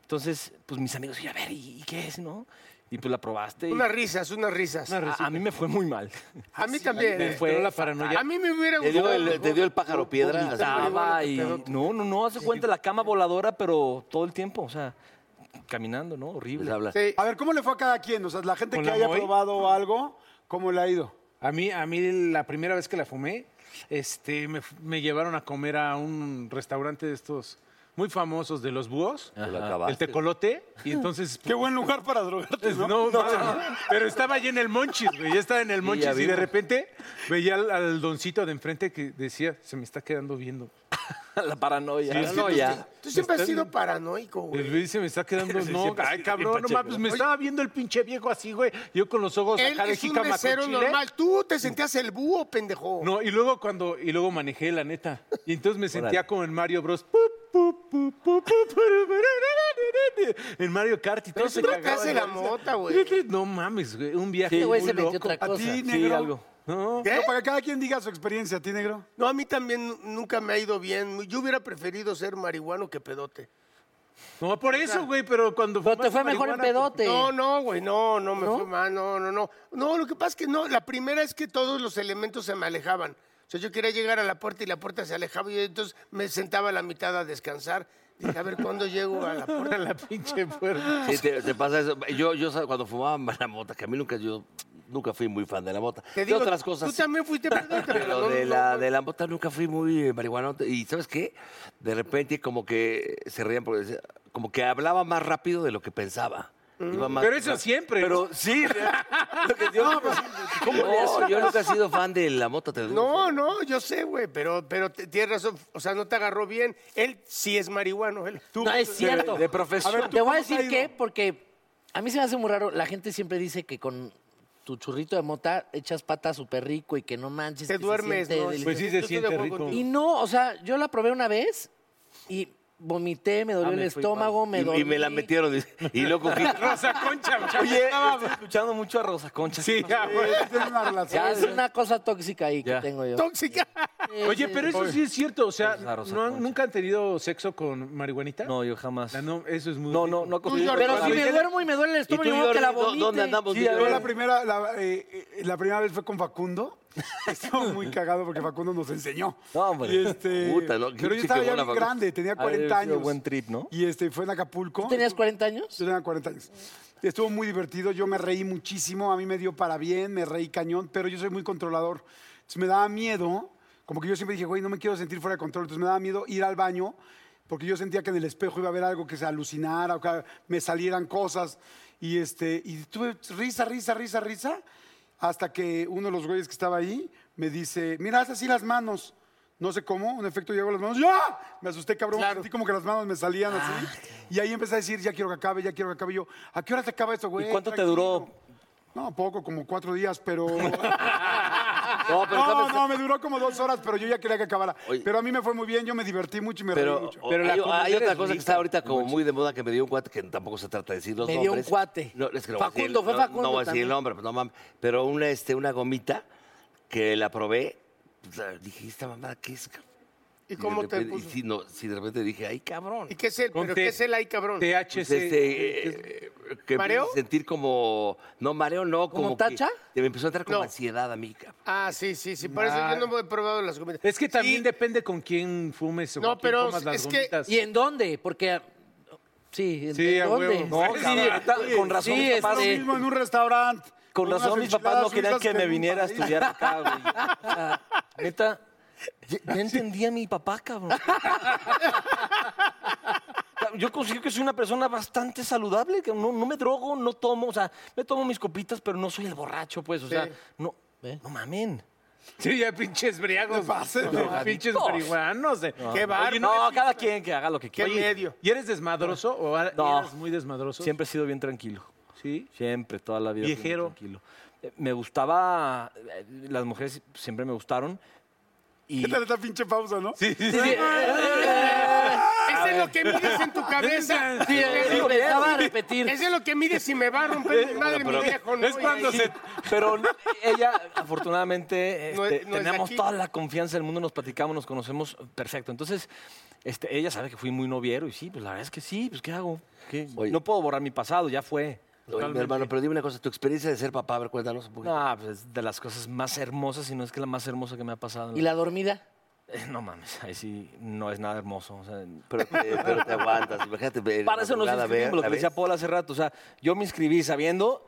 Speaker 9: Entonces, pues mis amigos, y a ver, ¿y, y qué es, no? Y pues la probaste. y-
Speaker 7: Unas risas, unas risas.
Speaker 9: a, a mí me fue muy mal.
Speaker 7: A mí también.
Speaker 5: Me
Speaker 7: ¿eh?
Speaker 5: entró la paranoia.
Speaker 7: A mí me hubiera
Speaker 4: ¿Te dio
Speaker 7: gustado.
Speaker 4: el, te dio el pájaro piedra? así.
Speaker 9: Estaba y... No, no, no, hace cuenta la cama voladora, pero todo el tiempo, o sea, caminando, ¿no?
Speaker 4: Les
Speaker 9: Horrible.
Speaker 4: habla.
Speaker 7: Sí.
Speaker 2: A ver, ¿cómo le fue a cada quien? O sea, la gente
Speaker 5: ¿Con
Speaker 2: que
Speaker 5: la
Speaker 2: haya
Speaker 5: Moy?
Speaker 2: probado algo, ¿cómo le ha ido?
Speaker 5: A mí, a mí la primera vez que la fumé, este, me, fu- me llevaron a comer a un restaurante de estos muy famosos de los búhos,
Speaker 4: Te lo acabaste.
Speaker 5: el tecolote, y entonces...
Speaker 2: <laughs> Qué buen lugar para drogarte,
Speaker 5: pues,
Speaker 2: <laughs> ¿no?
Speaker 5: no, madre, pero estaba ya en el Monchis, güey, ya estaba en el Monchis y de
Speaker 9: vimos.
Speaker 5: repente veía al, al doncito de enfrente que decía, se me está quedando viendo.
Speaker 9: <laughs> la paranoia.
Speaker 5: Sí, es que
Speaker 9: paranoia.
Speaker 7: Tú siempre has
Speaker 5: Están-
Speaker 7: sido paranoico,
Speaker 5: El
Speaker 7: güey.
Speaker 5: güey se me está
Speaker 2: <laughs>
Speaker 5: quedando, no,
Speaker 9: siempre
Speaker 5: ay,
Speaker 9: sí,
Speaker 5: cabrón,
Speaker 9: bien
Speaker 5: no
Speaker 9: pacheco.
Speaker 5: mames, me estaba viendo el pinche viejo así, güey, yo con los ojos
Speaker 7: Él
Speaker 5: acá de
Speaker 7: es un
Speaker 5: jícama con
Speaker 7: mesero
Speaker 5: chile.
Speaker 7: normal. Tú te sentías el búho, pendejo.
Speaker 5: No, y luego cuando, y luego manejé, la neta. Y entonces me sentía
Speaker 4: Órale.
Speaker 5: como en Mario Bros. Pu, pu, pu, pu, pu, pu, En Mario Kart y todo
Speaker 7: Pero
Speaker 5: se
Speaker 7: tú te
Speaker 5: cagaba de
Speaker 7: hace la
Speaker 5: risa.
Speaker 7: mota, güey.
Speaker 5: No mames, güey. Un viaje
Speaker 1: Este güey
Speaker 5: muy
Speaker 1: se metió
Speaker 5: loco.
Speaker 1: otra
Speaker 2: ¿A
Speaker 1: cosa.
Speaker 2: ti, negro?
Speaker 9: Sí, algo.
Speaker 5: No.
Speaker 7: ¿Qué?
Speaker 2: No, para que cada quien diga su experiencia, ¿a ti, negro?
Speaker 7: No, a mí también nunca me ha ido bien. Yo hubiera preferido ser marihuano que pedote.
Speaker 5: No, por eso, güey, pero cuando
Speaker 1: Pero te
Speaker 5: fumaste
Speaker 1: fue mejor en
Speaker 5: marihuana, pues,
Speaker 1: pedote.
Speaker 7: No, no, güey, no, no me
Speaker 1: ¿No?
Speaker 7: fue mal, no, no, no. No, lo que pasa es que no, la primera es que todos los elementos se me alejaban. O sea, yo quería llegar a la puerta y la puerta se alejaba y entonces me sentaba a la mitad a descansar. Dije, a ver, ¿cuándo llego a
Speaker 5: <laughs>
Speaker 7: la puerta?
Speaker 5: pues, la pinche puerta.
Speaker 4: Sí, te, te pasa eso. Yo, yo ¿sabes? cuando fumaba <laughs> la mota, que a mí nunca, yo nunca fui muy fan de la mota.
Speaker 7: Te
Speaker 4: de
Speaker 7: digo,
Speaker 4: otras cosas.
Speaker 7: Tú
Speaker 4: sí,
Speaker 7: también fuiste pedote,
Speaker 4: Pero
Speaker 7: no,
Speaker 4: de
Speaker 7: no,
Speaker 4: la,
Speaker 7: no.
Speaker 4: de la mota nunca fui muy eh, marihuanote. Y ¿sabes qué? De repente como que se reían porque decía- como que hablaba más rápido de lo que pensaba.
Speaker 7: Mm.
Speaker 4: Iba más-
Speaker 5: Pero eso siempre.
Speaker 4: Pero sí, <laughs> lo que Dios-
Speaker 7: pues,
Speaker 4: No, yo nunca he sido fan de la mota, <laughs> te lo digo.
Speaker 7: <laughs> No, no, yo sé, güey, pero, pero te- tienes razón. O sea, no te agarró bien. Él sí es marihuano, él.
Speaker 1: No es cierto.
Speaker 9: De profesión.
Speaker 2: A ver, ¿tú
Speaker 1: Te voy
Speaker 2: cómo
Speaker 1: a
Speaker 2: te ha
Speaker 1: decir
Speaker 2: ido?
Speaker 1: qué, porque a mí se me hace muy raro. La gente siempre dice que con tu churrito de mota echas pata súper rico y que no manches.
Speaker 7: Te
Speaker 1: que se
Speaker 7: duermes,
Speaker 1: siente
Speaker 7: ¿no?
Speaker 1: delicioso.
Speaker 5: Pues sí
Speaker 7: Yo
Speaker 5: se
Speaker 7: estoy de
Speaker 5: siente
Speaker 7: acuerdo
Speaker 5: rico.
Speaker 7: contigo.
Speaker 1: Y no, o sea, yo la probé una vez y vomité, me dolió
Speaker 9: Ah,
Speaker 1: el
Speaker 9: me fue igual.
Speaker 1: estómago, me
Speaker 4: Y,
Speaker 1: dormí.
Speaker 4: y me la metieron. dice, Y luego cogí.
Speaker 5: Rosa Concha, muchacho.
Speaker 9: Oye, estoy escuchando mucho a Rosa Concha.
Speaker 5: Sí, ya, güey.
Speaker 2: Tiene una
Speaker 1: Ya,
Speaker 2: relación.
Speaker 1: es una cosa tóxica ahí
Speaker 9: Ya.
Speaker 1: que tengo yo.
Speaker 7: Tóxica.
Speaker 5: Oye, pero eso sí es cierto. O sea,
Speaker 9: Rosa, Rosa
Speaker 5: ¿no han-
Speaker 9: Concha.
Speaker 5: ¿nunca han tenido sexo con marihuanita?
Speaker 9: No, yo jamás.
Speaker 5: Ah, no, eso es muy
Speaker 9: No,
Speaker 5: rico.
Speaker 9: no, no.
Speaker 7: Tú, Jordi,
Speaker 1: Pero si
Speaker 7: Oye,
Speaker 1: me duermo y me duele el
Speaker 4: ¿Y tú,
Speaker 1: estómago, yo creo que la
Speaker 4: Jordi, dó-
Speaker 1: vomite.
Speaker 4: dónde andamos?
Speaker 9: Sí, a
Speaker 2: Yo
Speaker 9: ver.
Speaker 2: la primera, la, eh, eh, la primera vez fue
Speaker 5: <laughs>
Speaker 2: con Facundo. Estuvo muy cagado porque Facundo nos enseñó.
Speaker 9: No, hombre.
Speaker 2: Y este,
Speaker 4: Puta, ¿no? Qué
Speaker 2: Pero yo estaba ya
Speaker 4: chiquebona,
Speaker 2: bien
Speaker 4: Facundo.
Speaker 2: grande, tenía
Speaker 9: Ha de haber
Speaker 2: 40
Speaker 9: sido
Speaker 2: años.
Speaker 9: buen trip, ¿no?
Speaker 2: Y este, fue en Acapulco.
Speaker 1: ¿Tú tenías 40 años?
Speaker 2: Yo tenía 40 años. Estuvo muy divertido, yo me reí muchísimo, a mí me dio para bien, me reí cañón, pero yo soy muy controlador. Entonces me daba miedo como que yo siempre dije, güey, no me quiero sentir fuera de control. Entonces me daba miedo ir al baño porque yo sentía que en el espejo iba a haber algo que se alucinara o que me salieran cosas. Y, este, y tuve risa, risa, risa, risa, hasta que uno de los güeyes que estaba ahí me dice, mira, haz así las manos. No sé cómo, un efecto llegó a las manos. ¡Ya! Me asusté, cabrón. Sentí como que las manos me salían así. Y ahí empecé a decir, ya quiero que acabe, ya quiero que acabe. Y Yo, ¿a qué hora te acaba esto, güey?
Speaker 9: ¿Y cuánto te
Speaker 2: Tranquilo".
Speaker 9: duró?
Speaker 2: No, poco, como cuatro días, pero... <laughs>
Speaker 4: No, pero
Speaker 2: no,
Speaker 4: ¿sabes?
Speaker 2: no, me duró como dos horas, pero yo ya quería que acabara.
Speaker 4: Oye.
Speaker 2: Pero a mí me fue muy bien, yo me divertí mucho y me reí
Speaker 4: Pero,
Speaker 2: mucho.
Speaker 4: o- hay, hay otra cosa que está ahorita como muy de moda que me dio un cuate que tampoco se trata de decir los
Speaker 1: Me dio un
Speaker 4: nombres.
Speaker 1: cuate.
Speaker 4: No, es que no voy a
Speaker 1: Facundo,
Speaker 4: decir-
Speaker 1: fue
Speaker 4: no-
Speaker 1: Facundo
Speaker 4: No voy a decir el
Speaker 1: también.
Speaker 4: nombre, pues no mames. Pero una, este, una gomita que la probé, o sea, dije, ¿esta mamada qué es? cabrón?"
Speaker 7: ¿Y
Speaker 4: de
Speaker 7: cómo te
Speaker 4: repente-
Speaker 7: puso?
Speaker 4: Y sí, no, sí, de repente dije, ay, cabrón.
Speaker 7: ¿Y qué es él?
Speaker 4: Con
Speaker 7: ¿Pero
Speaker 4: T.
Speaker 7: qué es él ahí, cabrón?
Speaker 4: Pues, este, eh, que
Speaker 7: ¿Mareo?
Speaker 4: me hice sentir como, no, mareo no.
Speaker 7: ¿Como
Speaker 4: que-
Speaker 7: tacha?
Speaker 4: que me empezó a entrar como
Speaker 7: No.
Speaker 4: ansiedad a mí, cabrón.
Speaker 7: Ah, sí, sí, sí. Por eso yo no he probado las gomitas.
Speaker 5: Es que también depende con quién fumes o
Speaker 7: No,
Speaker 5: con quién
Speaker 7: pero
Speaker 5: comas las
Speaker 7: es que-
Speaker 5: gomitas.
Speaker 1: ¿Y en dónde? Porque. Sí, ¿en
Speaker 5: Sí, a
Speaker 1: dónde?
Speaker 5: huevo. No,
Speaker 1: Sí,
Speaker 5: cabrón.
Speaker 1: está-
Speaker 5: Oye,
Speaker 1: con razón
Speaker 5: sí,
Speaker 1: mis papás.
Speaker 5: es lo
Speaker 1: sí.
Speaker 5: mismo
Speaker 2: en un restaurante.
Speaker 9: Con
Speaker 1: unas
Speaker 9: razón mis papás no querían
Speaker 1: enchiladas suizas
Speaker 9: que
Speaker 1: que
Speaker 9: me
Speaker 1: en un
Speaker 9: viniera a
Speaker 1: país.
Speaker 9: estudiar acá,
Speaker 1: <laughs>
Speaker 9: güey. O sea, neta, ya- ya entendí a mi papá, cabrón. Yo considero que soy una persona bastante saludable, que no, no me drogo, no tomo, o sea, me tomo mis copitas, pero no soy el borracho, pues, o sea,
Speaker 5: Sí.
Speaker 9: no,
Speaker 1: ¿Eh?
Speaker 9: no mamen.
Speaker 5: Sí, ya pinches briagos. No, pinches
Speaker 9: Drogadictos.
Speaker 5: marihuanos. eh.
Speaker 9: No.
Speaker 5: Oye,
Speaker 9: No,
Speaker 5: me-
Speaker 9: cada quien que haga lo que quiera.
Speaker 5: Oye, ¿Y eres desmadroso o a-
Speaker 9: No.
Speaker 5: eras muy desmadroso?
Speaker 9: Ah, Siempre he sido bien tranquilo.
Speaker 5: ¿Sí?
Speaker 9: Siempre, toda la vida. fui muy
Speaker 5: Viejero.
Speaker 9: Tranquilo. Eh, Me gustaba, eh, las mujeres siempre me gustaron. Y...
Speaker 2: ¿Qué tal esta pinche pausa, no?
Speaker 5: Sí, sí,
Speaker 7: Ah, Ese es lo que mides
Speaker 9: <laughs>
Speaker 7: en tu cabeza.
Speaker 1: Sí,
Speaker 7: Ese
Speaker 1: sí,
Speaker 7: es lo-
Speaker 1: empezaba a repetir.
Speaker 7: Ese es lo que mides si me va
Speaker 9: <laughs>
Speaker 7: a romper mi madre, mi viejo. ¿no? Y ahí-
Speaker 9: Pero ella, afortunadamente,
Speaker 7: <laughs> No
Speaker 9: este,
Speaker 7: es- no es de
Speaker 9: tenemos
Speaker 7: aquí.
Speaker 9: toda la confianza del mundo, nos platicamos, nos conocemos perfecto. Entonces, este, ella sabe que fui muy noviero y sí, pues la verdad es que sí, pues ¿qué hago? ¿Qué?
Speaker 4: Oye.
Speaker 9: No puedo borrar mi pasado, ya fue.
Speaker 4: Oye, mi hermano, pero dime una cosa, tu experiencia de ser papá, a ver, cuéntanos un poquito.
Speaker 9: No, pues es de las cosas más hermosas, y no es que la más hermosa que me ha pasado. en
Speaker 1: ¿Y
Speaker 9: la-
Speaker 1: la dormida?
Speaker 9: Eh, <laughs> No mames, ahí sí no es nada hermoso. o sea,
Speaker 4: Pero, te, Eh, pero
Speaker 9: <laughs>
Speaker 4: te aguantas, imagínate. ver
Speaker 9: para eso nos
Speaker 4: madrugada,
Speaker 9: inscribimos,
Speaker 4: ver,
Speaker 9: lo que
Speaker 4: a ver.
Speaker 9: decía Paul hace rato. O sea, yo me inscribí sabiendo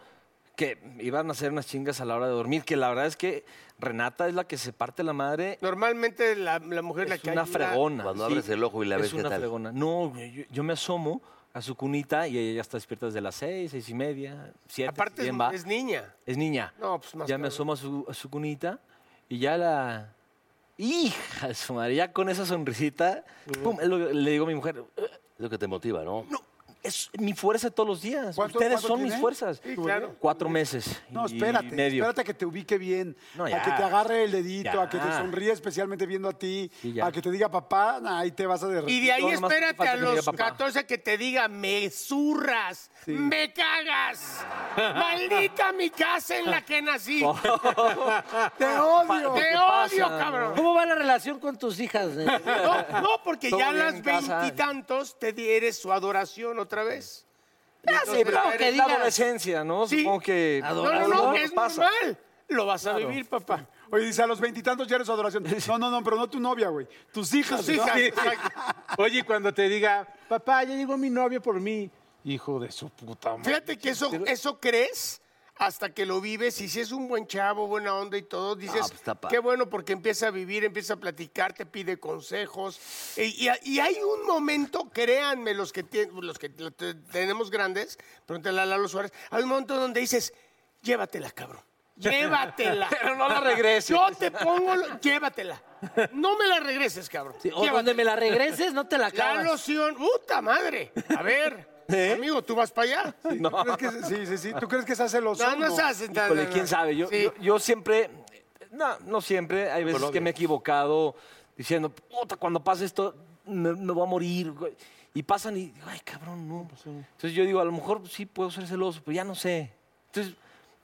Speaker 9: que iban a hacer unas chingas a la hora de dormir, que la verdad es que Renata es la que se parte la madre
Speaker 7: Normalmente la, la mujer la
Speaker 9: es
Speaker 7: que
Speaker 9: una
Speaker 7: ayuda-
Speaker 9: fregona.
Speaker 4: Cuando abres el ojo y la
Speaker 9: es
Speaker 4: ves, ¿qué
Speaker 9: una
Speaker 4: tal?
Speaker 9: fregona. No, güey, yo, yo me asomo a su cunita y ella ya está despierta desde las seis, seis y media, siete. si
Speaker 7: Aparte es,
Speaker 9: bien va.
Speaker 7: es niña.
Speaker 9: Es niña.
Speaker 7: No, pues más
Speaker 9: ya me
Speaker 7: cabrón.
Speaker 9: asomo a su, a su cunita y ya la... Hija de su madre, ya con esa sonrisita, pum, es lo que le digo a mi mujer,
Speaker 4: Es lo que te motiva, ¿no?
Speaker 9: no, es mi fuerza de todos los días.
Speaker 2: ¿Cuánto-
Speaker 9: Ustedes
Speaker 2: cuánto
Speaker 9: son mis
Speaker 2: tiene?
Speaker 9: fuerzas.
Speaker 7: Sí, claro.
Speaker 9: Cuatro meses.
Speaker 2: No,
Speaker 9: y
Speaker 2: espérate,
Speaker 9: medio.
Speaker 2: espérate a que te ubique bien,
Speaker 9: No,
Speaker 2: a
Speaker 9: ya.
Speaker 2: que te agarre el dedito,
Speaker 9: Ya.
Speaker 2: a que te sonríe especialmente viendo a ti,
Speaker 9: Sí, ya.
Speaker 2: a que te diga papá, nah, ahí te vas a derretir.
Speaker 7: Y de ahí
Speaker 9: Yo nomás
Speaker 7: espérate
Speaker 9: falta
Speaker 7: a
Speaker 9: que me diga
Speaker 7: los
Speaker 9: papá.
Speaker 7: 14 que te diga, me zurras, me cagas, maldita mi casa en la que
Speaker 9: <laughs>
Speaker 7: nací.
Speaker 2: <laughs>
Speaker 9: Oh.
Speaker 2: ¡Te odio!
Speaker 7: Te
Speaker 9: pasa,
Speaker 7: odio,
Speaker 9: no?
Speaker 7: cabrón.
Speaker 1: ¿Cómo va la relación con tus hijas? eh?
Speaker 7: No, no, porque
Speaker 9: Todo
Speaker 7: ya a
Speaker 9: bien
Speaker 7: las
Speaker 9: en casa.
Speaker 7: veintitantos te dieres su adoración otra vez.
Speaker 9: Ah,
Speaker 1: Ya sé, pero
Speaker 7: Entonces,
Speaker 1: que
Speaker 9: Es la
Speaker 1: digas.
Speaker 9: adolescencia, ¿no?
Speaker 7: Sí.
Speaker 9: Supongo que...
Speaker 7: No, no,
Speaker 9: Algo
Speaker 7: no, es
Speaker 9: pasa.
Speaker 7: normal. Lo vas a vivir, papá.
Speaker 2: Oye, dice, a los veintitantos ya
Speaker 9: <laughs>
Speaker 2: eres adoración. No, no, no, pero no tu novia, güey. Tus hijas.
Speaker 7: Tus
Speaker 2: ¿no?
Speaker 7: hijas.
Speaker 2: <laughs> Sí.
Speaker 5: Oye, cuando te diga, papá, ya llegó mi novio por mí. Hijo de su puta madre.
Speaker 7: Fíjate que eso, eso crees hasta que lo vives y si es un buen chavo, buena onda y todo, dices,
Speaker 4: pues está padre.
Speaker 7: qué bueno porque empieza a vivir, empieza a platicar, te pide consejos. Y, y- y hay un momento, créanme, los que, tien- los que lo te- tenemos grandes, pregúntale a Lalo Suárez, hay un momento donde dices, llévatela, cabrón. Llévatela.
Speaker 9: Pero no la regreses.
Speaker 7: Yo te pongo, lo- llévatela. No me la regreses, cabrón.
Speaker 1: Sí, o
Speaker 7: Llévatela.
Speaker 1: donde me la regreses, no te la acabas.
Speaker 7: Lalo Sion, puta madre.
Speaker 9: <laughs>
Speaker 7: A ver,
Speaker 9: ¿Eh?
Speaker 7: amigo, tú vas para allá.
Speaker 2: ¿Tú crees que- sí, sí, sí. ¿Tú crees que se hace los
Speaker 7: No, no se hace. no,
Speaker 9: Híjole,
Speaker 7: no,
Speaker 9: quién
Speaker 7: no.
Speaker 9: sabe. Yo,
Speaker 7: Sí.
Speaker 9: yo, yo siempre, no, no siempre, hay veces que me he equivocado diciendo, puta, cuando pase esto me, me voy a morir. güey". Y pasan y, digo, ay, cabrón, no.
Speaker 5: Pues, ¿eh?
Speaker 9: Entonces yo digo, a lo mejor sí puedo ser celoso, pero ya no sé. Entonces,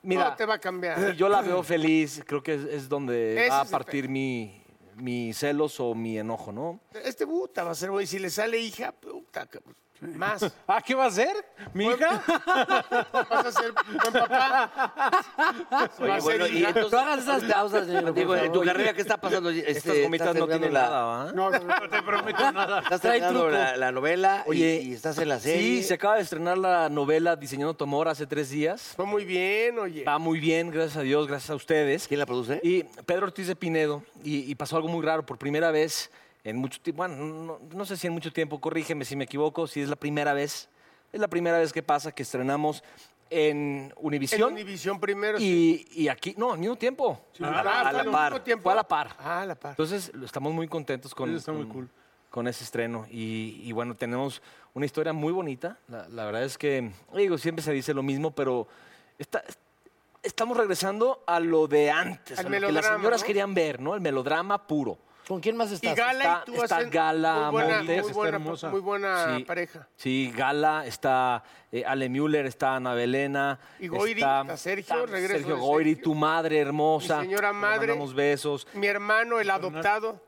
Speaker 9: mira,
Speaker 7: No te va a
Speaker 9: si
Speaker 7: cambiar.
Speaker 9: <laughs> yo la veo feliz, creo que es, es donde
Speaker 7: Ese
Speaker 9: va a
Speaker 7: es el pe-
Speaker 9: partir mi, mi celos o mi enojo, ¿no?
Speaker 7: Este puta va a ser güey. Si le sale hija, puta. cabrón.
Speaker 9: <laughs>
Speaker 7: Más.
Speaker 5: ¿Ah, qué va a hacer? ¿Mi hija?
Speaker 3: <laughs>
Speaker 7: Vas a ser buen papá.
Speaker 4: Oye,
Speaker 7: Va a ser
Speaker 4: bueno, y
Speaker 7: hija.
Speaker 4: entonces-
Speaker 1: No hagas esas pausas, negro, por
Speaker 4: Digo, en tu
Speaker 1: favor.
Speaker 4: carrera, ¿qué está pasando? Este,
Speaker 9: Estas gomitas
Speaker 4: estás
Speaker 9: no
Speaker 4: terminando
Speaker 9: tienen
Speaker 4: la-
Speaker 9: nada,
Speaker 4: <laughs>
Speaker 9: ¿va?
Speaker 2: No, no, no.
Speaker 5: te prometo nada.
Speaker 4: Estás
Speaker 9: Trae
Speaker 4: terminando
Speaker 9: truco.
Speaker 4: la, la novela y- y, estás en la serie.
Speaker 9: Sí, se acaba de estrenar la novela Diseñando tu amor hace tres días.
Speaker 7: Fue muy bien, oye.
Speaker 9: Va muy bien, gracias a Dios, gracias a ustedes.
Speaker 4: ¿Quién la produce?
Speaker 9: Y Pedro Ortiz de Pinedo, y, y pasó algo muy raro, por primera vez en mucho tiempo, bueno, no, no sé si en mucho tiempo, corrígeme si me equivoco, si es la primera vez, es la primera vez que pasa que estrenamos en
Speaker 7: En
Speaker 9: Univisión
Speaker 7: Univisión primero.
Speaker 9: y, y aquí, no, al mismo tiempo.
Speaker 7: Ah,
Speaker 4: a la
Speaker 7: al
Speaker 4: par.
Speaker 7: mismo tiempo.
Speaker 9: Fue a la par.
Speaker 7: Ah, a la par.
Speaker 9: Entonces, lo- estamos muy contentos con,
Speaker 5: Eso está muy
Speaker 9: con-
Speaker 5: cool.
Speaker 9: con ese estreno. Y, y bueno, tenemos una historia muy bonita. La, la verdad es que, digo, siempre se dice lo mismo, pero está- estamos regresando a lo de antes,
Speaker 7: Al
Speaker 9: a lo que las
Speaker 7: melodrama,
Speaker 9: señoras
Speaker 7: ¿no?
Speaker 9: querían ver, ¿no? El melodrama puro.
Speaker 1: ¿Con quién más
Speaker 7: Y
Speaker 1: estás?
Speaker 7: Gala
Speaker 9: está-
Speaker 7: y tú
Speaker 9: está
Speaker 7: hacen
Speaker 9: Gala
Speaker 7: muy buena,
Speaker 9: Montes,
Speaker 7: muy
Speaker 5: está
Speaker 7: buena,
Speaker 5: hermosa.
Speaker 7: muy buena
Speaker 9: Sí.
Speaker 7: pareja.
Speaker 9: Sí, Gala, está eh, Ale Müller, está Ana Belena.
Speaker 7: Y Goyri, está Sergio, regreso
Speaker 9: Sergio
Speaker 7: de
Speaker 9: Goyri,
Speaker 7: Sergio.
Speaker 9: tu madre hermosa.
Speaker 7: Mi señora
Speaker 9: Te
Speaker 7: madre.
Speaker 9: mandamos besos.
Speaker 7: Mi hermano, el adoptado.